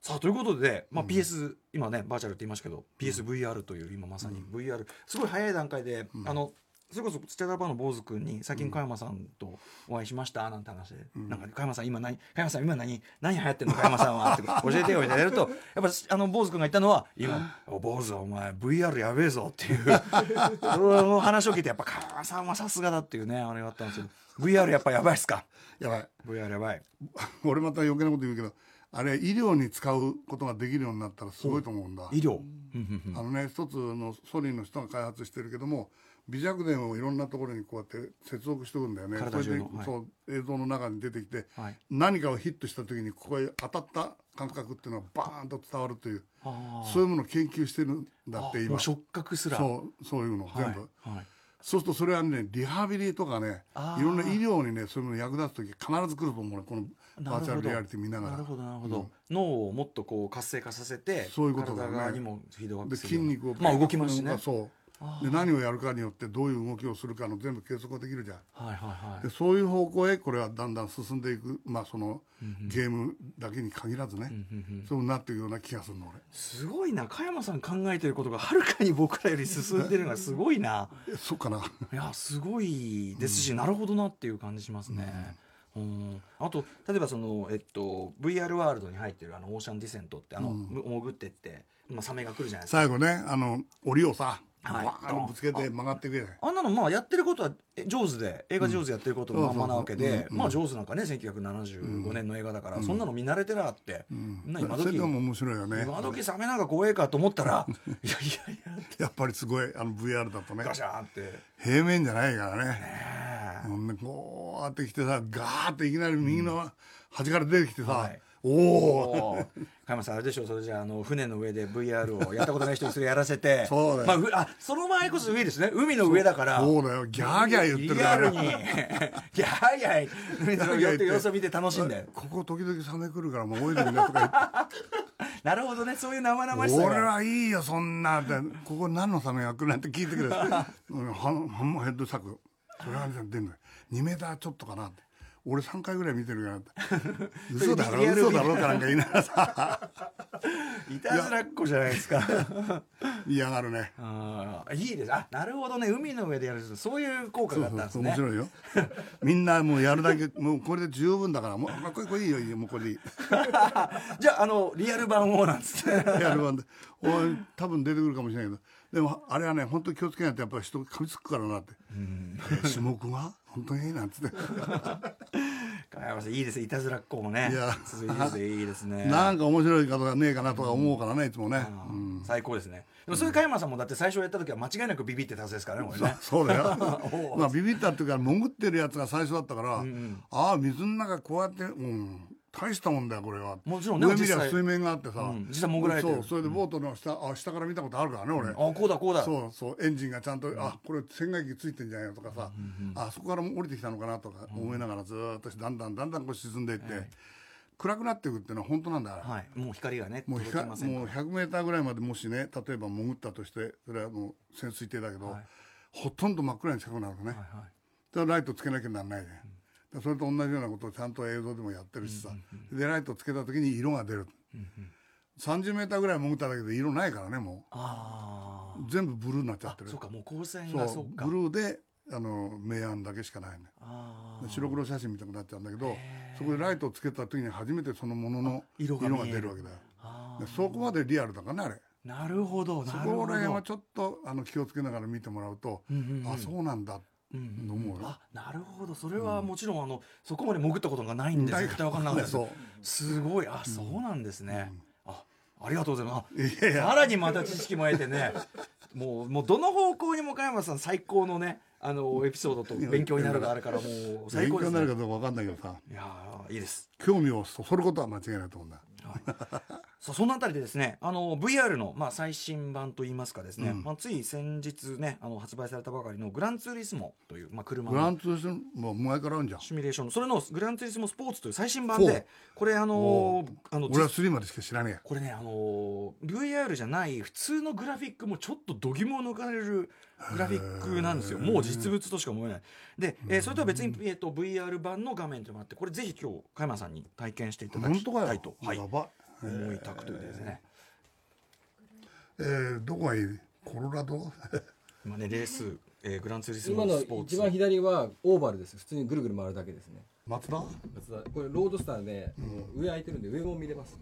[SPEAKER 1] さあということで、まあ、PS、今ねバーチャルって言いましたけど PSVR という今まさに VR、すごい早い段階で、あのそれこそステラバーの坊主君に最近加山さんとお会いしましたなんて話で、なんか加山さん今何加山さん今何何流行ってんの加山さんは って教えてよみたいなやるとやっぱあの坊主君が言ったのは今お坊主はお前 VR やべえぞっていうその話を聞いてやっぱ加山さんはさすがだっていうねあれがあったんですけど VR やっぱやばいっすか
[SPEAKER 3] やばい
[SPEAKER 1] VR やばい
[SPEAKER 3] 俺また余計なこと言うけどあれ医療に使うことができるようになったらすごいと思うんだ
[SPEAKER 1] 医療、
[SPEAKER 3] あのね一つのソニーの人が開発してるけども微弱電をいろんなところにこうやって接続しておくんだよね
[SPEAKER 1] 体
[SPEAKER 3] そ
[SPEAKER 1] 中
[SPEAKER 3] れで、
[SPEAKER 1] のはい
[SPEAKER 3] そう映像の中に出てきて、
[SPEAKER 1] はい
[SPEAKER 3] 何かをヒットした時にここへ当たった感覚っていうのがバーンと伝わるというそういうものを研究してるんだって
[SPEAKER 1] も
[SPEAKER 3] 今
[SPEAKER 1] う
[SPEAKER 3] そ
[SPEAKER 1] 触覚すら
[SPEAKER 3] うそういうの全部、
[SPEAKER 1] はいはい
[SPEAKER 3] そうするとそれはねリハビリとかね
[SPEAKER 1] あー
[SPEAKER 3] いろんな医療にねそういうもの役立つ時必ず来ると思うねこのバーチャルリアリティ見ながら
[SPEAKER 1] るほどなるほど、脳をもっとこう活性化させて
[SPEAKER 3] そういうことだよね
[SPEAKER 1] 体側にもフィードバック
[SPEAKER 3] です
[SPEAKER 1] る
[SPEAKER 3] 筋
[SPEAKER 1] ような
[SPEAKER 3] 肉を
[SPEAKER 1] まあ動きますしねはい
[SPEAKER 3] そうで何をやるかによってどういう動きをするかの全部計測ができるじゃん
[SPEAKER 1] はいはい
[SPEAKER 3] でそういう方向へこれはだんだん進んでいくまあそのゲームだけに限らずねそうなっていくような気がするの
[SPEAKER 1] すごいな加山さん考えてることがはるかに僕らより進んでるのがすごいな
[SPEAKER 3] 俺えそっかない
[SPEAKER 1] やすごいですし、なるほどなっていう感じしますね、うんあと例えばその、えっと、VR ワールドに入ってるあのオーシャンディセントってあの、む潜ってって、まあ、サメが来るじゃないですか
[SPEAKER 3] 最後ねあの檻をさ
[SPEAKER 1] はい
[SPEAKER 3] バーンとぶつけて曲がっていくじゃない
[SPEAKER 1] あんなのまあやってることはえ上手で映画上手やってることもまんまなわけ
[SPEAKER 3] そうそう
[SPEAKER 1] で
[SPEAKER 3] そううん
[SPEAKER 1] まあ上手なんかね1975年の映画だからそんなの見慣れてなかってな今
[SPEAKER 3] それ
[SPEAKER 1] 時
[SPEAKER 3] でも面白いよね
[SPEAKER 1] 今時サメなんか怖えかと思ったらいやいやいや
[SPEAKER 3] やっぱりすごいあの VR だとね
[SPEAKER 1] ガシャーンって
[SPEAKER 3] 平面じゃないからねほんでこうやってきてさガーっていきなり右の端から出てきてさ、
[SPEAKER 1] はい
[SPEAKER 3] おお
[SPEAKER 1] おー加山さんあれでしょそれじゃああの船の上で VR をやったことない人にそれやらせて
[SPEAKER 3] そうだよ
[SPEAKER 1] まあふ、あその前こそ上ですね海の上だから
[SPEAKER 3] そうだよギャーギャー言ってる
[SPEAKER 1] リ
[SPEAKER 3] か
[SPEAKER 1] アル
[SPEAKER 3] ら
[SPEAKER 1] にギャーギャー海の上寄って様子を見て楽しんで
[SPEAKER 3] ここ時々サメ来るからもう泳いでみな とか
[SPEAKER 1] なるほどねそういう生
[SPEAKER 3] 言
[SPEAKER 1] 々
[SPEAKER 3] っ
[SPEAKER 1] してさが
[SPEAKER 3] 俺はいいよそんなってここ何のサメが来るなんて聞いてくれうんハンハンマーヘッドサックそれは出んのよ2メーターちょっとかなって俺3回ぐらい見てるからって 嘘だろ
[SPEAKER 1] リアル
[SPEAKER 3] 嘘だろかなんか言いながらさ
[SPEAKER 1] いたずらっ子じゃないですか
[SPEAKER 3] 嫌がるね
[SPEAKER 1] あーいいですあなるほどね海の上でやるとそういう効果があったんです
[SPEAKER 3] 面
[SPEAKER 1] ね
[SPEAKER 3] 白いよ みんなもうやるだけもうこれで十分だからもうあこれこれいいよいいよもうこれでいい
[SPEAKER 1] じゃああのリアル版をなんつって
[SPEAKER 3] やる番で おい多分出てくるかもしれないけどでもあれはね本当に気をつけないとやっぱり人噛みつくからなって「種目が本当にいいな」っつって
[SPEAKER 1] 加山さんいいですねいたずらっ子もね
[SPEAKER 3] いや
[SPEAKER 1] 続いてですねいいですね
[SPEAKER 3] なんか面白い方がねえかなとか思うからねいつもね、
[SPEAKER 1] あー最高ですねでもそれ加山さんもだって最初やった時は間違いなくビビってたはずですからねこれ
[SPEAKER 3] そ
[SPEAKER 1] ね
[SPEAKER 3] そうだよ まあビビったっていうか潜ってるやつが最初だったから、ああ水の中こうやってうん大したもんだよこれは
[SPEAKER 1] もちろんね
[SPEAKER 3] 上見りゃ
[SPEAKER 1] 実際
[SPEAKER 3] 水面があってさ、
[SPEAKER 1] ん実際潜られてる
[SPEAKER 3] そうそれでボートの下、あ下から見たことあるからね俺、
[SPEAKER 1] あこうだこうだ
[SPEAKER 3] そうそうエンジンがちゃんと、あこれ船外機ついてんじゃないのとかさ、あそこから降りてきたのかなとか思いながらずーっとだんだんだんだんこう沈んでいって、暗くなっていくっていうのは本当なんだから、
[SPEAKER 1] はいもう光がね
[SPEAKER 3] もう
[SPEAKER 1] 届きませんから
[SPEAKER 3] もう100メーターぐらいまでもしね例えば潜ったとしてそれはもう潜水艇だけど、
[SPEAKER 1] はい
[SPEAKER 3] ほとんど真っ暗に近くなるのね、
[SPEAKER 1] はいはい
[SPEAKER 3] だからライトつけなきゃなんないで、だからそれと同じようなことをちゃんと映像でもやってるしさ、でライトつけた時に色が出る、30メーターぐらい潜っただけで色ないからねも
[SPEAKER 1] あ
[SPEAKER 3] う全部ブルーになっちゃっ
[SPEAKER 1] あ
[SPEAKER 3] てる
[SPEAKER 1] そうかもう光線
[SPEAKER 3] そ
[SPEAKER 1] が
[SPEAKER 3] う
[SPEAKER 1] そうか
[SPEAKER 3] ブルーであの明暗だけしかないね
[SPEAKER 1] あー
[SPEAKER 3] 白黒写真みたくなっちゃうんだけどそこでライトをつけた時に初めてそのものの
[SPEAKER 1] 色
[SPEAKER 3] 色
[SPEAKER 1] が
[SPEAKER 3] が
[SPEAKER 1] 見える
[SPEAKER 3] 出るわけだよ
[SPEAKER 1] あ
[SPEAKER 3] でそこまでリアルだからねあれ
[SPEAKER 1] ーなるほど
[SPEAKER 3] そ
[SPEAKER 1] なる
[SPEAKER 3] こ
[SPEAKER 1] ほど
[SPEAKER 3] ら辺はちょっとあの気をつけながら見てもらうと、
[SPEAKER 1] うんうんうん
[SPEAKER 3] あそうなんだ
[SPEAKER 1] うんうん
[SPEAKER 3] と思うよ
[SPEAKER 1] あなるほどそれはもちろんあのそこまで潜ったことがないんで
[SPEAKER 3] ない
[SPEAKER 1] 絶対分かんなかったです
[SPEAKER 3] そう
[SPEAKER 1] すごいあそうなんですねあありがとうございます
[SPEAKER 3] いやいや
[SPEAKER 1] さらにまた知識も得てねもうもうどの方向にも加山さん最高のねあのエピソードと勉強になるがあるからもう最
[SPEAKER 3] 勉
[SPEAKER 1] 高
[SPEAKER 3] 強
[SPEAKER 1] です
[SPEAKER 3] になる
[SPEAKER 1] ね
[SPEAKER 3] かどうか分かんないけどさ
[SPEAKER 1] いやーいいです
[SPEAKER 3] 興味をそそることは間違いないと思うんだ
[SPEAKER 1] さあそんなあたりでですねあの VR の、まあ、最新版といいますかですね、
[SPEAKER 3] うん
[SPEAKER 1] まあ、つい先日ねあの発売されたばかりのグランツーリスモという、まあ、車
[SPEAKER 3] グラ
[SPEAKER 1] の
[SPEAKER 3] ンツーシももう前からあるんじゃん
[SPEAKER 1] シミュレーションのそれのグランツーリスモスポーツという最新版
[SPEAKER 3] フォー
[SPEAKER 1] でこれあのーあの
[SPEAKER 3] 俺は
[SPEAKER 1] 実
[SPEAKER 3] 3までしか知らねえや
[SPEAKER 1] これねあのー VR じゃない普通のグラフィックもちょっと度肝を抜かれるグラフィックなんですよもう実物としか思えないで、えーそれとは別に、えー、と VR 版の画面というのがあってこれぜひ今日加山さんに体験していただ
[SPEAKER 3] 本
[SPEAKER 1] き
[SPEAKER 3] 当かよ、
[SPEAKER 1] たいと、はい、
[SPEAKER 3] や
[SPEAKER 1] 思
[SPEAKER 3] ばい
[SPEAKER 1] いたくというですね、
[SPEAKER 3] えーどこがいいコロラド
[SPEAKER 1] 今ねレース、えーグランツーリスモ
[SPEAKER 4] 今の
[SPEAKER 1] スポーツ
[SPEAKER 4] 一番左はオーバルです普通にぐるぐる回るだけですね
[SPEAKER 3] 松田
[SPEAKER 4] これロードスターで、もう上空いてるんで上も見れます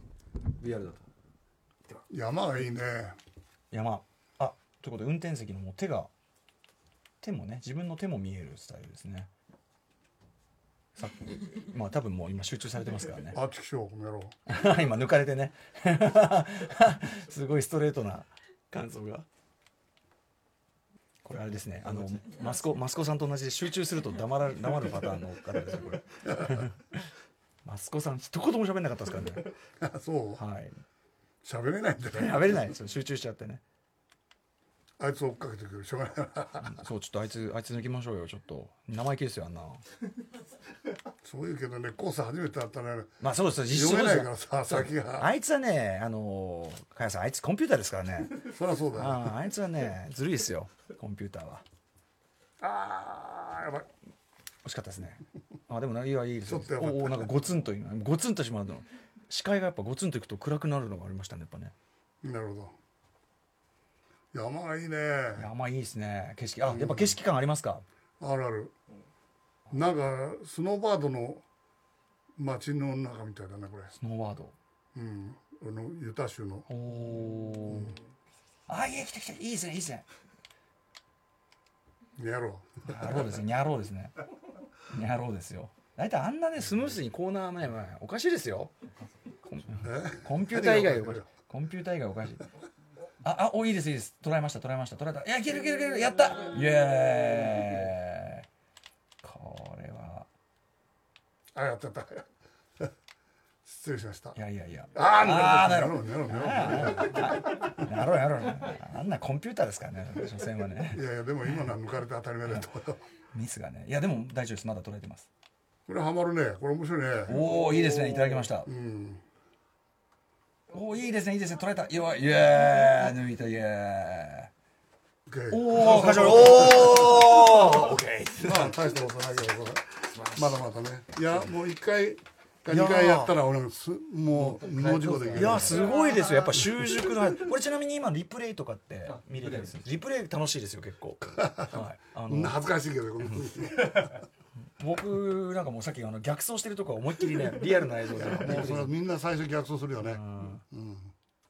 [SPEAKER 4] VR だと
[SPEAKER 3] 山がいいね
[SPEAKER 1] 山あということで運転席のもう手が手もね自分の手も見えるスタイルですねさまあ多分もう今集中されてますからね
[SPEAKER 3] あちくしょうこの野郎
[SPEAKER 1] 今抜かれてねすごいストレートな感想がこれあれですねあのマスコマスコさんと同じで集中すると黙ら黙るパターンの方ですよ これマスコさん一言も喋んなかったですからね
[SPEAKER 3] あそう
[SPEAKER 1] はい
[SPEAKER 3] 喋れないんだね
[SPEAKER 1] 喋れないですよ集中しちゃってね
[SPEAKER 3] あいつ追っかけてくるしょうがないか ら
[SPEAKER 1] そうちょっとあいつあいつ抜きましょうよちょっと生意気ですよあんな
[SPEAKER 3] そういうけどねコース初めてだったら
[SPEAKER 1] まあそうです実
[SPEAKER 3] 読
[SPEAKER 1] 質
[SPEAKER 3] めない
[SPEAKER 1] そう
[SPEAKER 3] か
[SPEAKER 1] で
[SPEAKER 3] ら
[SPEAKER 1] す
[SPEAKER 3] さ先が
[SPEAKER 1] あいつはねあのー加谷さんあいつコンピューターですから ね
[SPEAKER 3] そりゃそうだよ
[SPEAKER 1] あああいつはねずるいですよコンピューターは
[SPEAKER 3] あーやばい
[SPEAKER 1] 惜しかったですねあでもないやいいですよ
[SPEAKER 3] ちょっとやばかった
[SPEAKER 1] おおなんかゴツンと今ゴツンとしまうの視界がやっぱゴツンといくと暗くなるのがありましたねやっぱね
[SPEAKER 3] なるほど山がいいね
[SPEAKER 1] いやまあいいですね景色あやっぱ景色感ありますか
[SPEAKER 3] あるあるなんかスノーバードの街の中みたいだねこれ
[SPEAKER 1] スノーワード
[SPEAKER 3] うんあのユタ州の
[SPEAKER 1] おおーあいい来た来たいいですねいいですね
[SPEAKER 3] やろ
[SPEAKER 1] 野郎ですね、にゃろうですね。にゃろうですよ。大体あんなね、スムースにコーナー前はおかしいですよ。コン
[SPEAKER 3] うえ
[SPEAKER 1] コンピューター以外お
[SPEAKER 3] 何が
[SPEAKER 1] かしい
[SPEAKER 3] おかしい。
[SPEAKER 1] コンピューター以外おかしい。あ、あ、お、いいです、いいです。捉えました、捉えました、捉えた。いや、いけるいけるいける、やったイエーイこれは。
[SPEAKER 3] あやったやった 失礼しました。
[SPEAKER 1] いやいやいや
[SPEAKER 3] あ
[SPEAKER 1] あーな
[SPEAKER 3] あ、な
[SPEAKER 1] る
[SPEAKER 3] る
[SPEAKER 1] ほ
[SPEAKER 3] ほ
[SPEAKER 1] ど
[SPEAKER 3] ど、なるほど、なる
[SPEAKER 1] やろう
[SPEAKER 3] ほ
[SPEAKER 1] やろうあんなコンピューターですからね所詮はね
[SPEAKER 3] ど。いやいや、でも今のは抜かれて当たり前だと思う。
[SPEAKER 1] ミスがねいやでも大丈夫ですまだ捉えてます
[SPEAKER 3] これハマるね。これ面白いね。
[SPEAKER 1] おおいいですねいただきました
[SPEAKER 3] うん。
[SPEAKER 1] おおいいですねいいですね捉えたよいイエー抜いたイエー
[SPEAKER 3] OK。
[SPEAKER 1] おおカジュアルおおオッケー
[SPEAKER 3] まあ、大したことないけど、これ。まだまだね。いや、もう一回か二回やったら、俺もす、もう、脳事故できる。
[SPEAKER 1] いやすごいですよやっぱ習熟の話これちなみに今リプレイとかって見れるんですリプレイ楽しいですよ結構はいあ
[SPEAKER 3] そん
[SPEAKER 1] の
[SPEAKER 3] な恥ずかしいけど、この
[SPEAKER 1] 僕なんかもうさっきあの逆走してるとこは思いっきりね リアルな映像で
[SPEAKER 3] もうそれはみんな最初逆走するよね。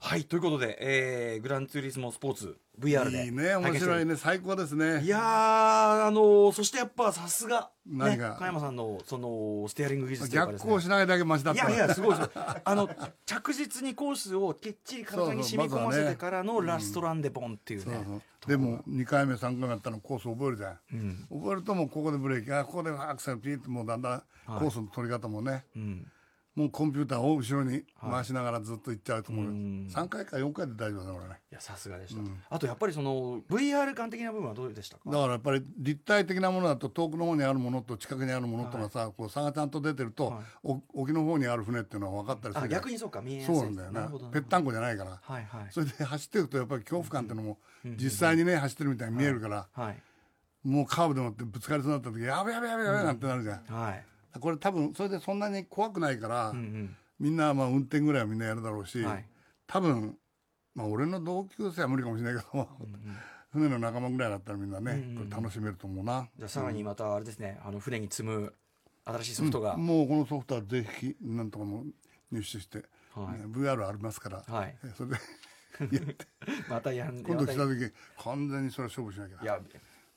[SPEAKER 1] はいということで、えーグランツーリスモスポーツ VR で
[SPEAKER 3] いいね、面白い
[SPEAKER 1] ね
[SPEAKER 3] ね、最高ですね。
[SPEAKER 1] いやーあのーそしてやっぱさすがね
[SPEAKER 3] 何が
[SPEAKER 1] 加山さんのそのステアリング技術というか
[SPEAKER 3] 逆
[SPEAKER 1] です
[SPEAKER 3] 行
[SPEAKER 1] ね
[SPEAKER 3] しないだけマシだっ
[SPEAKER 1] い
[SPEAKER 3] た
[SPEAKER 1] や
[SPEAKER 3] ら
[SPEAKER 1] いやすごいですあの着実にコースをきっちり体に
[SPEAKER 3] そうそ
[SPEAKER 1] 染
[SPEAKER 3] う
[SPEAKER 1] み込ませ
[SPEAKER 3] まずは
[SPEAKER 1] て
[SPEAKER 3] ね
[SPEAKER 1] からのラストランでボンっていう
[SPEAKER 3] そう
[SPEAKER 1] ね
[SPEAKER 3] そうでも2回目3回目やったのコース覚えるじゃん、覚えるともうここでブレーキあここでアクセルピーってもうだんだんコースの取り方もね、
[SPEAKER 1] うん
[SPEAKER 3] もうコンピューターを後ろに回しながらずっと行っちゃうと思うよ、
[SPEAKER 1] うん
[SPEAKER 3] 3回か4回で大丈夫だね俺ね
[SPEAKER 1] いやさすがでした、あとやっぱりその VR 感的な部分はどうでしたか
[SPEAKER 3] だからやっぱり立体的なものだと遠くの方にあるものと近くにあるものとがさ、こう差がちゃんと出てると、
[SPEAKER 1] はい
[SPEAKER 3] お沖の方にある船っていうのは分かったりす
[SPEAKER 1] あ
[SPEAKER 3] るじゃん
[SPEAKER 1] 逆にそうか見えやすい
[SPEAKER 3] そうなんだよ
[SPEAKER 1] な
[SPEAKER 3] ね
[SPEAKER 1] るほど
[SPEAKER 3] ぺったんこじゃないから、
[SPEAKER 1] はいはい
[SPEAKER 3] それで走ってるとやっぱり恐怖感っていうのも実際にね走ってるみたいに見えるから、
[SPEAKER 1] はい
[SPEAKER 3] もうカーブでもってぶつかりそうになった時やべやべやべやべなんてなるじゃん、
[SPEAKER 1] はい
[SPEAKER 3] これ多分それでそんなに怖くないから、
[SPEAKER 1] うん
[SPEAKER 3] みんなまあ運転ぐらいはみんなやるだろう
[SPEAKER 1] う
[SPEAKER 3] し、
[SPEAKER 1] んはい
[SPEAKER 3] 多分まあ俺の同級生は無理かもしれないけど、船の仲間ぐらいだったらみんなね、
[SPEAKER 1] うんうん
[SPEAKER 3] これ楽しめると思うな
[SPEAKER 1] じゃあさらにまたあれですねあの船に積む新しいソフトが、
[SPEAKER 3] もうこのソフトはぜひなんとかも入手して、
[SPEAKER 1] はい
[SPEAKER 3] ね VR ありますから、
[SPEAKER 1] はい
[SPEAKER 3] えそれでやって
[SPEAKER 1] またやん
[SPEAKER 3] 今
[SPEAKER 1] ま
[SPEAKER 3] 度来た
[SPEAKER 1] たやん
[SPEAKER 3] 時完全にそれは勝負しなきゃ
[SPEAKER 1] いや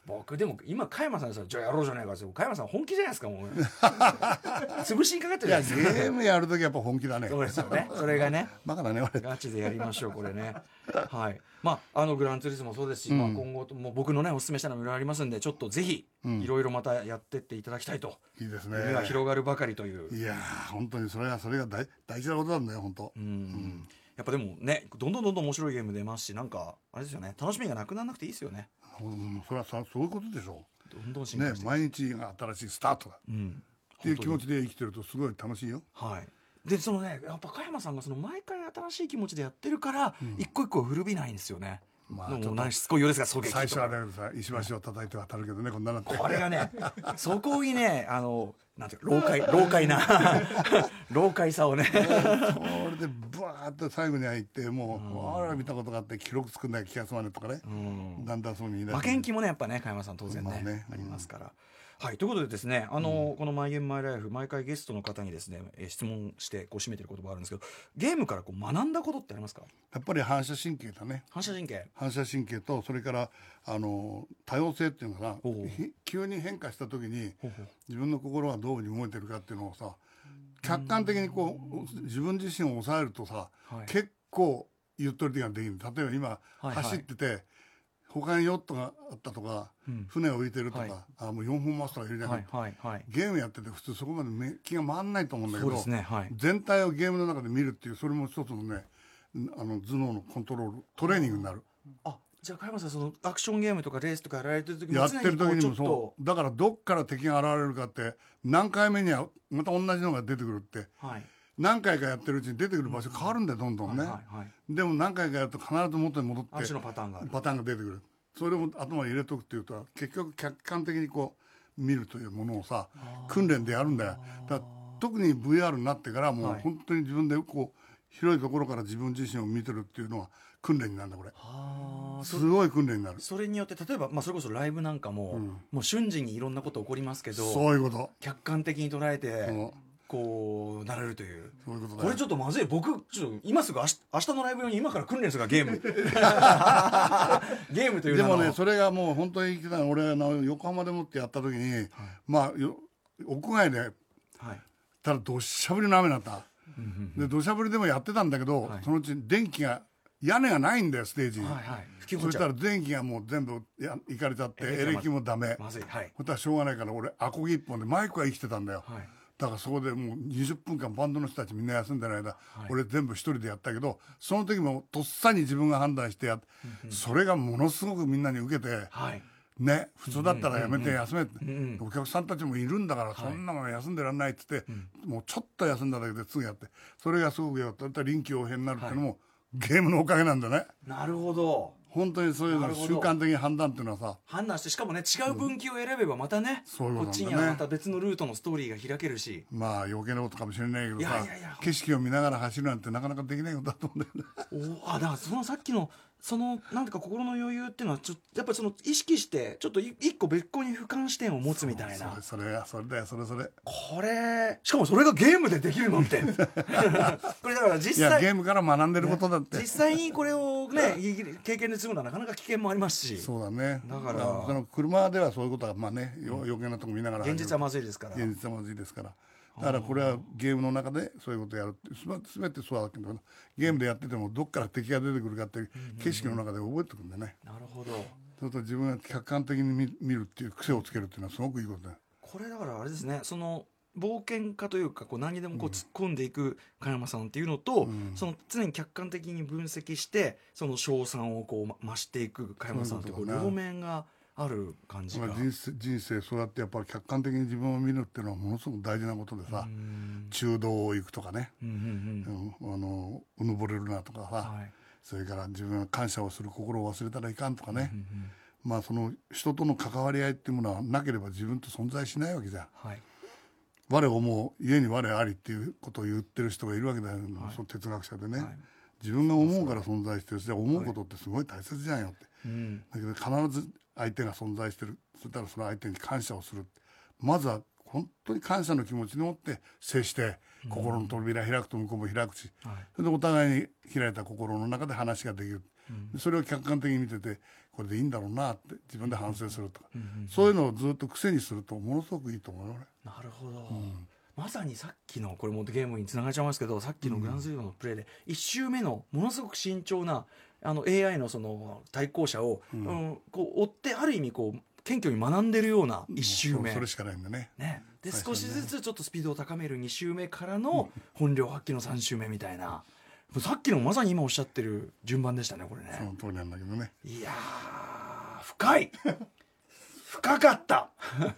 [SPEAKER 1] 僕でも今加山さんですよじゃあやろうじゃないかって加山さん本気じゃないですか もう潰しにかかってるじゃないですか
[SPEAKER 3] ゲームやる時はやっぱ本気だね
[SPEAKER 1] そうですよねそれがね
[SPEAKER 3] バカだね俺
[SPEAKER 1] ガチでやりましょう、これね。はい。まあ、あの、グランツーリスモもそうですし、まあ、今後とも、僕のね、お勧めしたのもいろいろありますんで、ちょっとぜひ、いろいろまたやってっていただきたいと。
[SPEAKER 3] いいですね
[SPEAKER 1] 夢が広がるばかりという。
[SPEAKER 3] いやー本当にそれはそれが大大事なことなんだよ本当、
[SPEAKER 1] うん。やっぱでもね、どんどんどんどん面白いゲーム出ますし、なんか、あれですよね、楽しみがなくならなくていいですよね。
[SPEAKER 3] うんそれはさそういうことでしょ
[SPEAKER 1] どんどん
[SPEAKER 3] う
[SPEAKER 1] 進
[SPEAKER 3] ね
[SPEAKER 1] 化して。
[SPEAKER 3] 毎日が新しいスタートだ
[SPEAKER 1] うん。
[SPEAKER 3] っていう気持
[SPEAKER 1] ち。
[SPEAKER 3] ちで生きてるとすごい楽しいよ
[SPEAKER 1] はい。で、そのね、やっぱ加山さんがその毎回新しい気持ちでやってるから、一個一個古びないんですよね。
[SPEAKER 3] まあ
[SPEAKER 1] でも
[SPEAKER 3] ちょっと
[SPEAKER 1] なんしつこいようですが、狙撃とか
[SPEAKER 3] 最初はだけどさ石橋を叩いて渡るけどねこんなのって
[SPEAKER 1] これが ね、そこにね、あの、なんていうか、老快、老快な、 老快さをね。
[SPEAKER 3] これでブワーッと最後には行ってもう、あら見たことがあって記録作んない気が済まねえとかね、
[SPEAKER 1] うん
[SPEAKER 3] だんだんそうに言い出
[SPEAKER 1] 馬券機もね、やっぱね、加山さん当然ね、
[SPEAKER 3] まあねうん
[SPEAKER 1] ありますから。はい、ということでですね、あの、このマイゲームマイライフ、毎回ゲストの方にですね、えー質問して、こう締めてる言葉あるんですけど、ゲームからこう学んだことってありますか
[SPEAKER 3] やっぱり反射神経だね
[SPEAKER 1] 反射神経。
[SPEAKER 3] 反射神経とそれからあの多様性っていうのか
[SPEAKER 1] おう
[SPEAKER 3] なひ急に変化した時に
[SPEAKER 1] ほうほう
[SPEAKER 3] 自分の心はどういうふうに動いてるかっていうのをさ客観的にこう自分自身を抑えるとさ、
[SPEAKER 1] はい
[SPEAKER 3] 結構ゆっとりでができる例えば今
[SPEAKER 1] はい
[SPEAKER 3] 走ってて、他にヨットがあったとか、
[SPEAKER 1] うん
[SPEAKER 3] 船を浮いてるとか、
[SPEAKER 1] はい
[SPEAKER 3] あもう4本マスターがいるじゃん、
[SPEAKER 1] はい、はい、はい。
[SPEAKER 3] ゲームやってて普通そこまで目気が回んないと思うんだけ
[SPEAKER 1] そう
[SPEAKER 3] ど、
[SPEAKER 1] ですね、はい。
[SPEAKER 3] 全体をゲームの中で見るっていうそれも一つのねあの頭脳のコントロールトレーニングになる
[SPEAKER 1] あ、じゃあ加山さん、その、アクションゲームとかレースとかやられてる時も
[SPEAKER 3] やってる時にも
[SPEAKER 1] 常こ
[SPEAKER 3] そううだからどっから敵が現れるかって何回目にはまた同じのが出てくるって
[SPEAKER 1] ちょっと、はい。
[SPEAKER 3] 何回かやってるうちに出てくる場所変わるんだよどんどんね、
[SPEAKER 1] はい、はい。
[SPEAKER 3] でも何回かやると必ず元に戻って
[SPEAKER 1] ある種のパターンがある。
[SPEAKER 3] パターンが出てくるそれを頭に入れとくっていうと結局客観的にこう見るというものをさ訓練でやるんだよだから特に VR になってからもう
[SPEAKER 1] はい
[SPEAKER 3] 本当に自分でこう広いところから自分自身を見てるっていうのは訓練になるんだこれ
[SPEAKER 1] あー
[SPEAKER 3] すごい訓練になる
[SPEAKER 1] それによって例えば、まあ、それこそライブなんかも、
[SPEAKER 3] うん
[SPEAKER 1] もう瞬時にいろんなこと起こりますけど
[SPEAKER 3] そういうこと
[SPEAKER 1] 客観的に捉え
[SPEAKER 3] そ
[SPEAKER 1] て
[SPEAKER 3] う
[SPEAKER 1] こうなれるという。
[SPEAKER 3] そういうことだよ
[SPEAKER 1] これちょっとまずい僕ちょっと今すぐ明日明日のライブ用に今から訓練するからゲー ムゲームという
[SPEAKER 3] で
[SPEAKER 1] 名の
[SPEAKER 3] もねそれがもう本当に行きたい俺あの横浜でもってやった時に、まあよ屋外で
[SPEAKER 1] はい
[SPEAKER 3] たらどっしゃ降りの雨になったで土砂降りでもやってたんだけど、
[SPEAKER 1] はい
[SPEAKER 3] そのうち電気が屋根がないんだよステージに、
[SPEAKER 1] はいはい吹き込
[SPEAKER 3] そ
[SPEAKER 1] んじ
[SPEAKER 3] し
[SPEAKER 1] ゃ
[SPEAKER 3] た
[SPEAKER 1] う
[SPEAKER 3] ら電気がもう全部やいかれちゃって
[SPEAKER 1] え
[SPEAKER 3] エレキもダメ
[SPEAKER 1] まずいはい
[SPEAKER 3] ほんとはしょうがないから俺アコギ一本でマイクは生きてたんだよ、
[SPEAKER 1] はい
[SPEAKER 3] だからそこでもう20分間バンドの人たちみんな休んでる間、俺全部一人でやったけどその時もとっさに自分が判断してやっそれがものすごくみんなに受けて、
[SPEAKER 5] はい
[SPEAKER 3] ね普通だったらやめて休めって、
[SPEAKER 5] ん
[SPEAKER 3] お客さんたちもいるんだからそんなもの休んでらんないって言って、もうちょっと休んだだけですぐやってそれがすごくよかっただから臨機応変になるっていうのも、ゲームのおかげなんだね
[SPEAKER 1] なるほど
[SPEAKER 3] 本当にそういう
[SPEAKER 1] な
[SPEAKER 3] の
[SPEAKER 1] るほど
[SPEAKER 3] 習慣的に判断っていうのはさ
[SPEAKER 1] 判断してしかもね違う分岐を選べばまたね、
[SPEAKER 3] そういうこ
[SPEAKER 1] ことっ
[SPEAKER 3] なん
[SPEAKER 1] ち
[SPEAKER 3] だね
[SPEAKER 1] にはまた別のルートのストーリーが開けるし
[SPEAKER 3] まあ余計なことかもしれないけどさ
[SPEAKER 1] いやいやいや
[SPEAKER 3] 景色を見ながら走るなんてなかなかできないことだと思うんだよね
[SPEAKER 1] おーあだからそのさっきのそのなんていうか心の余裕っていうのはちょっとやっぱりその意識してちょっとい一個別個に俯瞰視点を持つみたいな
[SPEAKER 3] それそれそれだよそれそれ
[SPEAKER 1] これしかもそれがゲームでできるなんて これだから
[SPEAKER 3] い
[SPEAKER 1] 実
[SPEAKER 3] や
[SPEAKER 1] 際
[SPEAKER 3] ゲームから学んでることだって、
[SPEAKER 1] 実際にこれをねい経験で積むのはなかなか危険もありますし
[SPEAKER 3] そうだね
[SPEAKER 1] だから
[SPEAKER 3] その車ではそういうことはまあねよ余計なとこ見ながら
[SPEAKER 1] 現実はまずいですから
[SPEAKER 3] 現実はまずいですからだからこれはゲームの中でそういうことやるってすべ全てそうだけどゲームでやっててもどっから敵が出てくるかって景色の中で覚えてくるんだね、
[SPEAKER 1] なるほど
[SPEAKER 3] そうすると自分が客観的に見見るっていう癖をつけるっていうのはすごくいいことだよ
[SPEAKER 1] これだからあれですねその冒険家というかこう何にでもこう突っ込んでいく加山さんっていうのと、
[SPEAKER 3] ん
[SPEAKER 1] その常に客観的に分析してその賞賛をこうま増していく加山さんってこう
[SPEAKER 3] そういうことだね
[SPEAKER 1] 両面がある感じが。
[SPEAKER 3] まあ人生人生そうやってやっぱり客観的に自分を見るっていうのはものすごく大事なことでさ、
[SPEAKER 1] うん
[SPEAKER 3] 中道を行くとかね、
[SPEAKER 1] うんうん
[SPEAKER 3] うんあのうぬぼれるなとかさ、
[SPEAKER 1] うんはい
[SPEAKER 3] それから自分が感謝をする心を忘れたらいかんとかね
[SPEAKER 1] う、んうん
[SPEAKER 3] まあその人との関わり合いっていうものはなければ自分と存在しないわけじゃん
[SPEAKER 1] はい
[SPEAKER 3] 我をもう家に我ありっていうことを言ってる人がいるわけだよ、その哲学者でね、
[SPEAKER 1] はい
[SPEAKER 3] 自分が思うから存在してるしじゃあ思うことってすごい大切じゃんよって、
[SPEAKER 1] うん
[SPEAKER 3] だけど必ず相手が存在してるそしたらその相手に感謝をするまずは本当に感謝の気持ちに持って接して心の扉開くと向こうも開くし、
[SPEAKER 1] はい
[SPEAKER 3] それでお互いに開いた心の中で話ができる、それを客観的に見ててこれでいいんだろうなって自分で反省するとか、そういうのをずっと癖にするとものすごくいいと思うよ俺。
[SPEAKER 1] なるほど、まさにさっきのこれもゲームにつながっちゃいますけどさっきのグランズリードのプレーで1周目のものすごく慎重なあの AI のその対向車を、うんこう追ってある意味こう謙虚に学んでるような1周
[SPEAKER 3] もう
[SPEAKER 1] 目
[SPEAKER 3] そ。れしかないんだね
[SPEAKER 1] ね、で
[SPEAKER 3] 最初
[SPEAKER 1] 少
[SPEAKER 3] ね
[SPEAKER 1] しずつちょっとスピードを高める2周目からの本領発揮の3周目みたいなもうさっきのまさに今おっしゃってる順番でしたねこれ
[SPEAKER 3] そ
[SPEAKER 1] ね
[SPEAKER 3] の通りなんだけどね
[SPEAKER 1] いやー深い深かった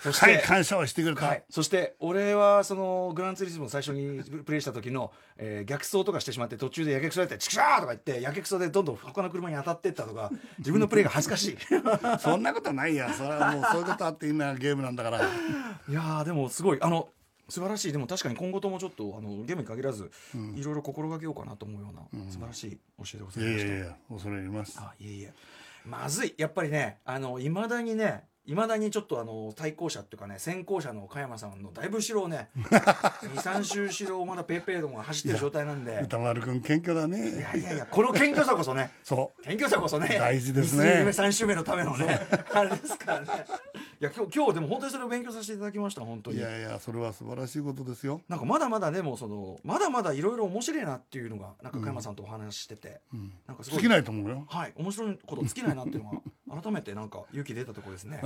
[SPEAKER 1] そして
[SPEAKER 3] はい感謝はしてくれた、
[SPEAKER 1] はい、そして俺はそのグランツーリスモの最初にプレイした時の、えー逆走とかしてしまって途中でやけくそやって「チクシャー!」とか言ってやけくそでどんどん他の車に当たってったとか自分のプレイが恥ずか しい
[SPEAKER 3] そんなことないやそれはもうそういうことあっていいなゲームなんだ から
[SPEAKER 1] いやーでもすごいあの素晴らしいでも確かに今後ともちょっとあのゲームに限らず、いろいろ心がけようかなと思うような、素晴らしい教えでござ
[SPEAKER 3] い
[SPEAKER 1] い
[SPEAKER 3] や
[SPEAKER 1] ま
[SPEAKER 3] い
[SPEAKER 1] し
[SPEAKER 3] や
[SPEAKER 1] た。
[SPEAKER 3] いや恐れ入ります
[SPEAKER 1] あいえいえまずいやっぱりねあのいまだにねいまだにちょっとあの対向車っていうかね先行車の加山さんのだいぶ後ろをね23周後ろをまだペーペーどもが走ってる状態なんで
[SPEAKER 3] 歌丸君謙虚だ
[SPEAKER 1] い
[SPEAKER 3] ね
[SPEAKER 1] やいやいやこの謙虚さこそね
[SPEAKER 3] そう
[SPEAKER 1] 謙虚さこそね
[SPEAKER 3] 大事ですね
[SPEAKER 1] 2周目3周目のためのねあれですからねいや今日今日でも本当にそれを勉強させていただきました本当
[SPEAKER 3] い
[SPEAKER 1] に
[SPEAKER 3] やいやそれは素晴らしいことですよ
[SPEAKER 1] なんかまだまだでもそのまだまだいろいろ面白いなっていうのがなんか加山さんとお話ししてて、なんかすご
[SPEAKER 3] 尽
[SPEAKER 1] い
[SPEAKER 3] きないと思うよ
[SPEAKER 1] はい、面白いこと尽きないなっていうのは改めてなんか勇気出たところですね。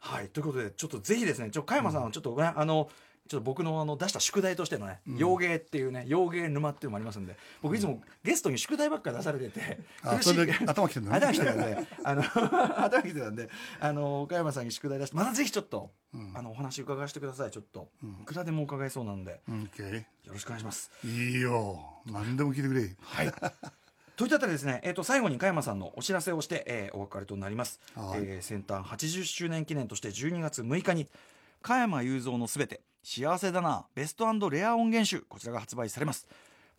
[SPEAKER 1] はい、ということでちょっとぜひですね、ちょ加山さんはちょっとね、あのちょっと僕のあの出した宿題としてのね、洋芸っていうね、洋芸沼っていうのもありますんで、僕いつもゲストに宿題ばっかり出されてて、
[SPEAKER 3] あ
[SPEAKER 1] 苦しい
[SPEAKER 3] それで頭きてんだね
[SPEAKER 1] 頭きてたんで、あの 頭きてたんで、あの加山さんに宿題出して、またぜひちょっと、あのお話伺わせてください。ちょっと、いくらでも伺えそうなんで、
[SPEAKER 3] うん OK
[SPEAKER 1] よろしくお願いします。
[SPEAKER 3] いいよ何でも聞いてくれ
[SPEAKER 1] はい。といったあたりですね、えー、と最後に加山さんのお知らせをして、えーお別れとなります、
[SPEAKER 3] はい
[SPEAKER 1] えー先端80周年記念として12月6日に加山雄三のすべて幸せだなベストレア音源集こちらが発売されます、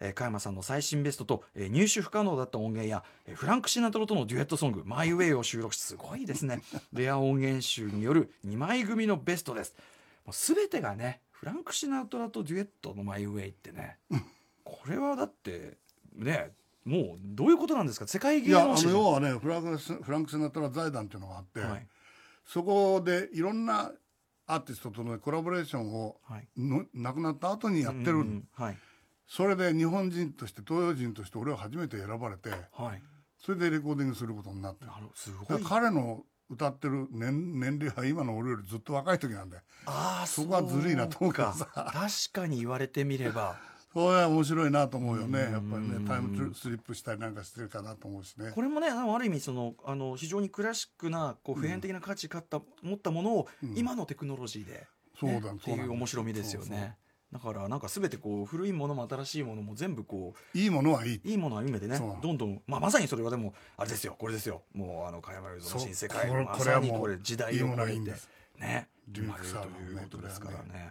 [SPEAKER 1] えー、加山さんの最新ベストと、えー入手不可能だった音源や、えーフランク・シナトロとのデュエットソング「マイ・ウェイ」を収録しすごいです ねレア音源集による2枚組のベストですもう全てがねフランク・シナトラとデュエットの「マイ・ウェイ」ってねこれはだってねもうどういうことなんですか世界
[SPEAKER 3] い
[SPEAKER 1] 芸
[SPEAKER 3] やあ
[SPEAKER 1] 能
[SPEAKER 3] の
[SPEAKER 1] 史
[SPEAKER 3] 要はねフランクスフランク・セナトラ財団っていうのがあって、
[SPEAKER 1] はい
[SPEAKER 3] そこでいろんなアーティストとのコラボレーションを
[SPEAKER 1] はい
[SPEAKER 3] の亡くなった後にやってる、
[SPEAKER 1] うんうんはい
[SPEAKER 3] それで日本人として東洋人として俺は初めて選ばれて
[SPEAKER 1] はい
[SPEAKER 3] それでレコーディングすることになって
[SPEAKER 1] なるす
[SPEAKER 3] だ
[SPEAKER 1] ご
[SPEAKER 3] か
[SPEAKER 1] い
[SPEAKER 3] ら彼の歌ってる年年齢は今の俺よりずっと若い時なんで
[SPEAKER 1] ああ
[SPEAKER 3] そこはずるいなと思うから
[SPEAKER 1] か
[SPEAKER 3] さ
[SPEAKER 1] 確かに言われてみれば
[SPEAKER 3] それは面白いなと思うよね
[SPEAKER 1] うん
[SPEAKER 3] やっぱりねタイムスリップしたりなんかしてるかなと思うしね
[SPEAKER 1] これもねあのある意味そのあの非常にクラシックなこう普遍的な価値かった、持ったものを
[SPEAKER 3] うん
[SPEAKER 1] 今のテクノロジーで、
[SPEAKER 3] そうだ
[SPEAKER 1] ねって
[SPEAKER 3] そう
[SPEAKER 1] い
[SPEAKER 3] だ
[SPEAKER 1] う面白みですよねだからなんか全てこう古いものも新しいものも全部こ
[SPEAKER 3] いいものはいいう
[SPEAKER 1] いいものは夢でね
[SPEAKER 3] そう
[SPEAKER 1] どんどん、まあ、まさにそれはでもあれですよこれですよもうあの加山雄三の新世界
[SPEAKER 3] そうこれ
[SPEAKER 1] ま
[SPEAKER 3] これ
[SPEAKER 1] さ
[SPEAKER 3] は
[SPEAKER 1] に
[SPEAKER 3] もう
[SPEAKER 1] これ時代
[SPEAKER 3] いい
[SPEAKER 1] を
[SPEAKER 3] も
[SPEAKER 1] 超
[SPEAKER 3] のはい
[SPEAKER 1] え
[SPEAKER 3] いん
[SPEAKER 1] て
[SPEAKER 3] です
[SPEAKER 1] ね
[SPEAKER 3] リ
[SPEAKER 1] 生
[SPEAKER 3] ミッ
[SPEAKER 1] まれ
[SPEAKER 3] ク
[SPEAKER 1] る
[SPEAKER 3] ス
[SPEAKER 1] と
[SPEAKER 3] アルバム
[SPEAKER 1] いう
[SPEAKER 3] ね
[SPEAKER 1] ことですから
[SPEAKER 3] こ
[SPEAKER 1] ね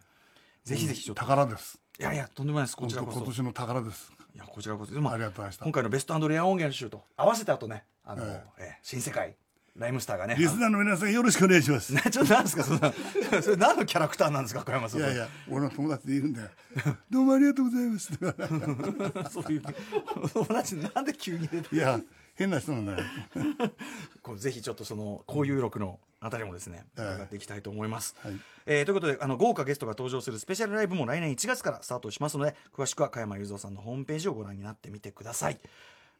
[SPEAKER 1] ぜひぜひちょっと
[SPEAKER 3] 宝です
[SPEAKER 1] いやいやとんでもないですこ
[SPEAKER 3] 本
[SPEAKER 1] ちら
[SPEAKER 3] 当
[SPEAKER 1] こそ
[SPEAKER 3] 今年の宝です
[SPEAKER 1] いやこちらこそでも
[SPEAKER 3] ありがとうございま
[SPEAKER 1] 今
[SPEAKER 3] し
[SPEAKER 1] 回のベストレア音源集と合わせた後ねあの、
[SPEAKER 3] え
[SPEAKER 1] ええ新世界ライムスターがね
[SPEAKER 3] たリスナーの皆さんよろしくお願いします
[SPEAKER 1] ね、ちょっと何です かそんなそれ何のキャラクターなんですか小山さ
[SPEAKER 3] い
[SPEAKER 1] ん
[SPEAKER 3] やいや俺の友達でいるんだよ どうもありがとうございます
[SPEAKER 1] そういう友達なんで急に出て
[SPEAKER 3] いや変な人なんだよ
[SPEAKER 1] こうぜひちょっとその交友録のあたりもですね
[SPEAKER 3] ええ
[SPEAKER 1] 伺っていきたいと思います、
[SPEAKER 3] はい
[SPEAKER 1] えーということであの豪華ゲストが登場するスペシャルライブも来年1月からスタートしますので詳しくは加山雄三さんのホームページをご覧になってみてください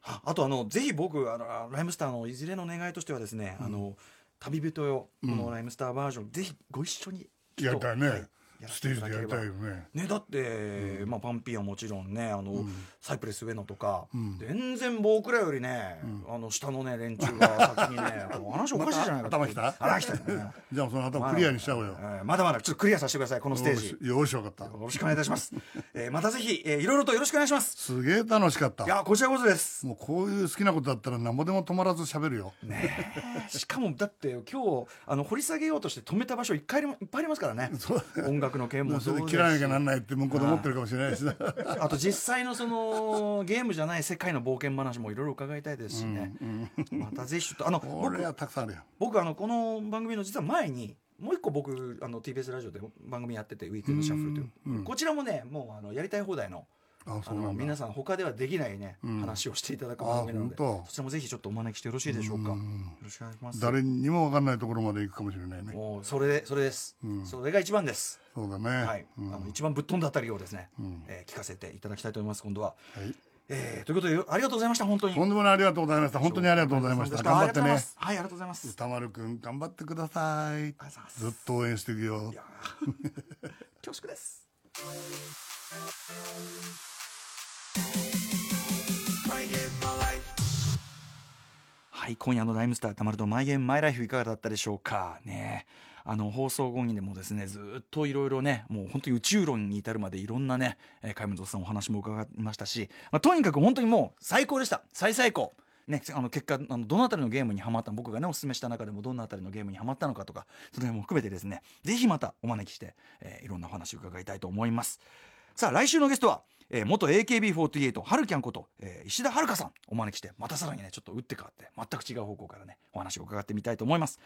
[SPEAKER 1] ああとあのぜひ僕あのライムスターのいずれの願いとしてはですね、あの旅人よこのライムスターバージョン、ぜひご一緒にちょ
[SPEAKER 3] や
[SPEAKER 1] っ
[SPEAKER 3] り
[SPEAKER 1] と
[SPEAKER 3] たい
[SPEAKER 1] は
[SPEAKER 3] ね
[SPEAKER 1] いやら
[SPEAKER 3] ス
[SPEAKER 1] せ
[SPEAKER 3] テ
[SPEAKER 1] て
[SPEAKER 3] ー
[SPEAKER 1] た
[SPEAKER 3] ジ
[SPEAKER 1] だ
[SPEAKER 3] で
[SPEAKER 1] け
[SPEAKER 3] や
[SPEAKER 1] れ
[SPEAKER 3] り
[SPEAKER 1] ば
[SPEAKER 3] たいよね
[SPEAKER 1] ね、だって、まあ、パンピーはもちろんねあの、サイプレス上野とか、
[SPEAKER 3] ん
[SPEAKER 1] 全然僕らよりね、あの下のね連中が先に ねこう話おかしいじゃないか
[SPEAKER 3] 頭きた
[SPEAKER 1] 頭きたよね
[SPEAKER 3] じゃあその頭クリアにしちゃおう
[SPEAKER 1] え
[SPEAKER 3] よ
[SPEAKER 1] ーまだまだちょっとクリアさせてくださいこのステージよ
[SPEAKER 3] よしよかった
[SPEAKER 1] ろしくお願いいたします、えーまたぜひ、えーいろいろとよろしくお願いします
[SPEAKER 3] すげえ楽しかっ
[SPEAKER 1] い
[SPEAKER 3] た
[SPEAKER 1] やこちらこそです
[SPEAKER 3] もうこういう好きなことだったら何もでも止まらず喋るよ
[SPEAKER 1] ねえしかもだって今日あの掘り下げようとして止めた場所いっぱいありいっぱいありますからね
[SPEAKER 3] そう
[SPEAKER 1] 音楽の件
[SPEAKER 3] も
[SPEAKER 1] も
[SPEAKER 3] うそ
[SPEAKER 1] そう
[SPEAKER 3] れで
[SPEAKER 1] です
[SPEAKER 3] 切らなきゃなんないって向こうで思ってるかもしれないしな
[SPEAKER 1] あと実際のそのゲームじゃない世界の冒険話もいろいろ伺いたいですしね、 またぜひちょっとあの
[SPEAKER 3] これ
[SPEAKER 1] 僕
[SPEAKER 3] はたくさんあるよ
[SPEAKER 1] 僕あのこの番組の実は前にもう一個僕あの TBS ラジオで番組やってて「ウィークエンドシャッフル」という、
[SPEAKER 3] うんうん
[SPEAKER 1] こちらもねもうあのやりたい放題の
[SPEAKER 3] あ
[SPEAKER 1] あ
[SPEAKER 3] そうな
[SPEAKER 1] の
[SPEAKER 3] んだ
[SPEAKER 1] 皆さん他ではできないね、
[SPEAKER 3] うん
[SPEAKER 1] 話をしていただく番組なので
[SPEAKER 3] あ本当
[SPEAKER 1] そちらもぜひちょっとお招きしてよろしいでしょうか、
[SPEAKER 3] うん
[SPEAKER 1] よろしくお願いします
[SPEAKER 3] 誰にも分かんないところまで行くかもしれないね
[SPEAKER 1] もうそれでそれです、
[SPEAKER 3] うん
[SPEAKER 1] それが一番です
[SPEAKER 3] そうだね
[SPEAKER 1] はい、
[SPEAKER 3] うん
[SPEAKER 1] あ
[SPEAKER 3] は
[SPEAKER 1] の一番ぶっ飛んだあたりをですね、
[SPEAKER 3] うん
[SPEAKER 1] えー聞かせていただきたいと思います今度は、
[SPEAKER 3] い
[SPEAKER 1] えーということでありがとうございました本当に
[SPEAKER 3] とんでもないありがとうございました本当にありがとうございました頑張ってね
[SPEAKER 1] はい、ありがとうございます。
[SPEAKER 3] 歌丸くん頑張ってください
[SPEAKER 1] ありがとうございます
[SPEAKER 3] ずっと応援していくよ
[SPEAKER 1] 恐縮です。はい、今夜のライムスターたまるとマイゲームマイライフいかがだったでしょうかね。あの放送後にでもですねずっといろいろねもう本当に宇宙論に至るまでいろんなねえー海門さんお話も伺いましたし、まあ、とにかく本当にもう最高でした最最高ね、あの結果あのどのあたりのゲームにはまったの僕がねおすすめした中でもどのあたりのゲームにはまったのかとかその辺も含めてですねぜひまたお招きして、えーいろんなお話を伺いたいと思いますさあ来週のゲストは、えー元 AKB48 はるきゃんこと、えー石田はるかさんお招きしてまたさらにねちょっと打って変わって全く違う方向からねお話を伺ってみたいと思います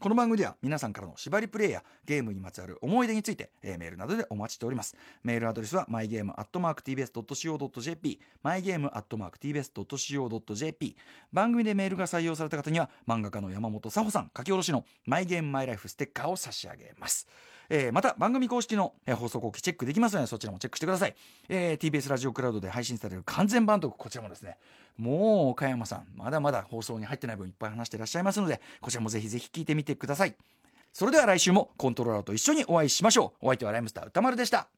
[SPEAKER 1] この番組では皆さんからの縛りプレイやゲームにまつわる思い出について、えーメールなどでお待ちしておりますメールアドレスは mygame.tbs.co.jp mygame.tbs.co.jp 番組でメールが採用された方には漫画家の山本佐穂さん書き下ろしの「マイゲームマイライフ」ステッカーを差し上げます、えーまた番組公式の、えー放送後期チェックできますのでそちらもチェックしてください、えー TBS ラジオクラウドで配信される完全版読こちらもですねもう岡山さんまだまだ放送に入ってない分いっぱい話していらっしゃいますのでこちらもぜひぜひ聞いてみてくださいそれでは来週もコントローラーと一緒にお会いしましょうお相手はライムスター歌丸でした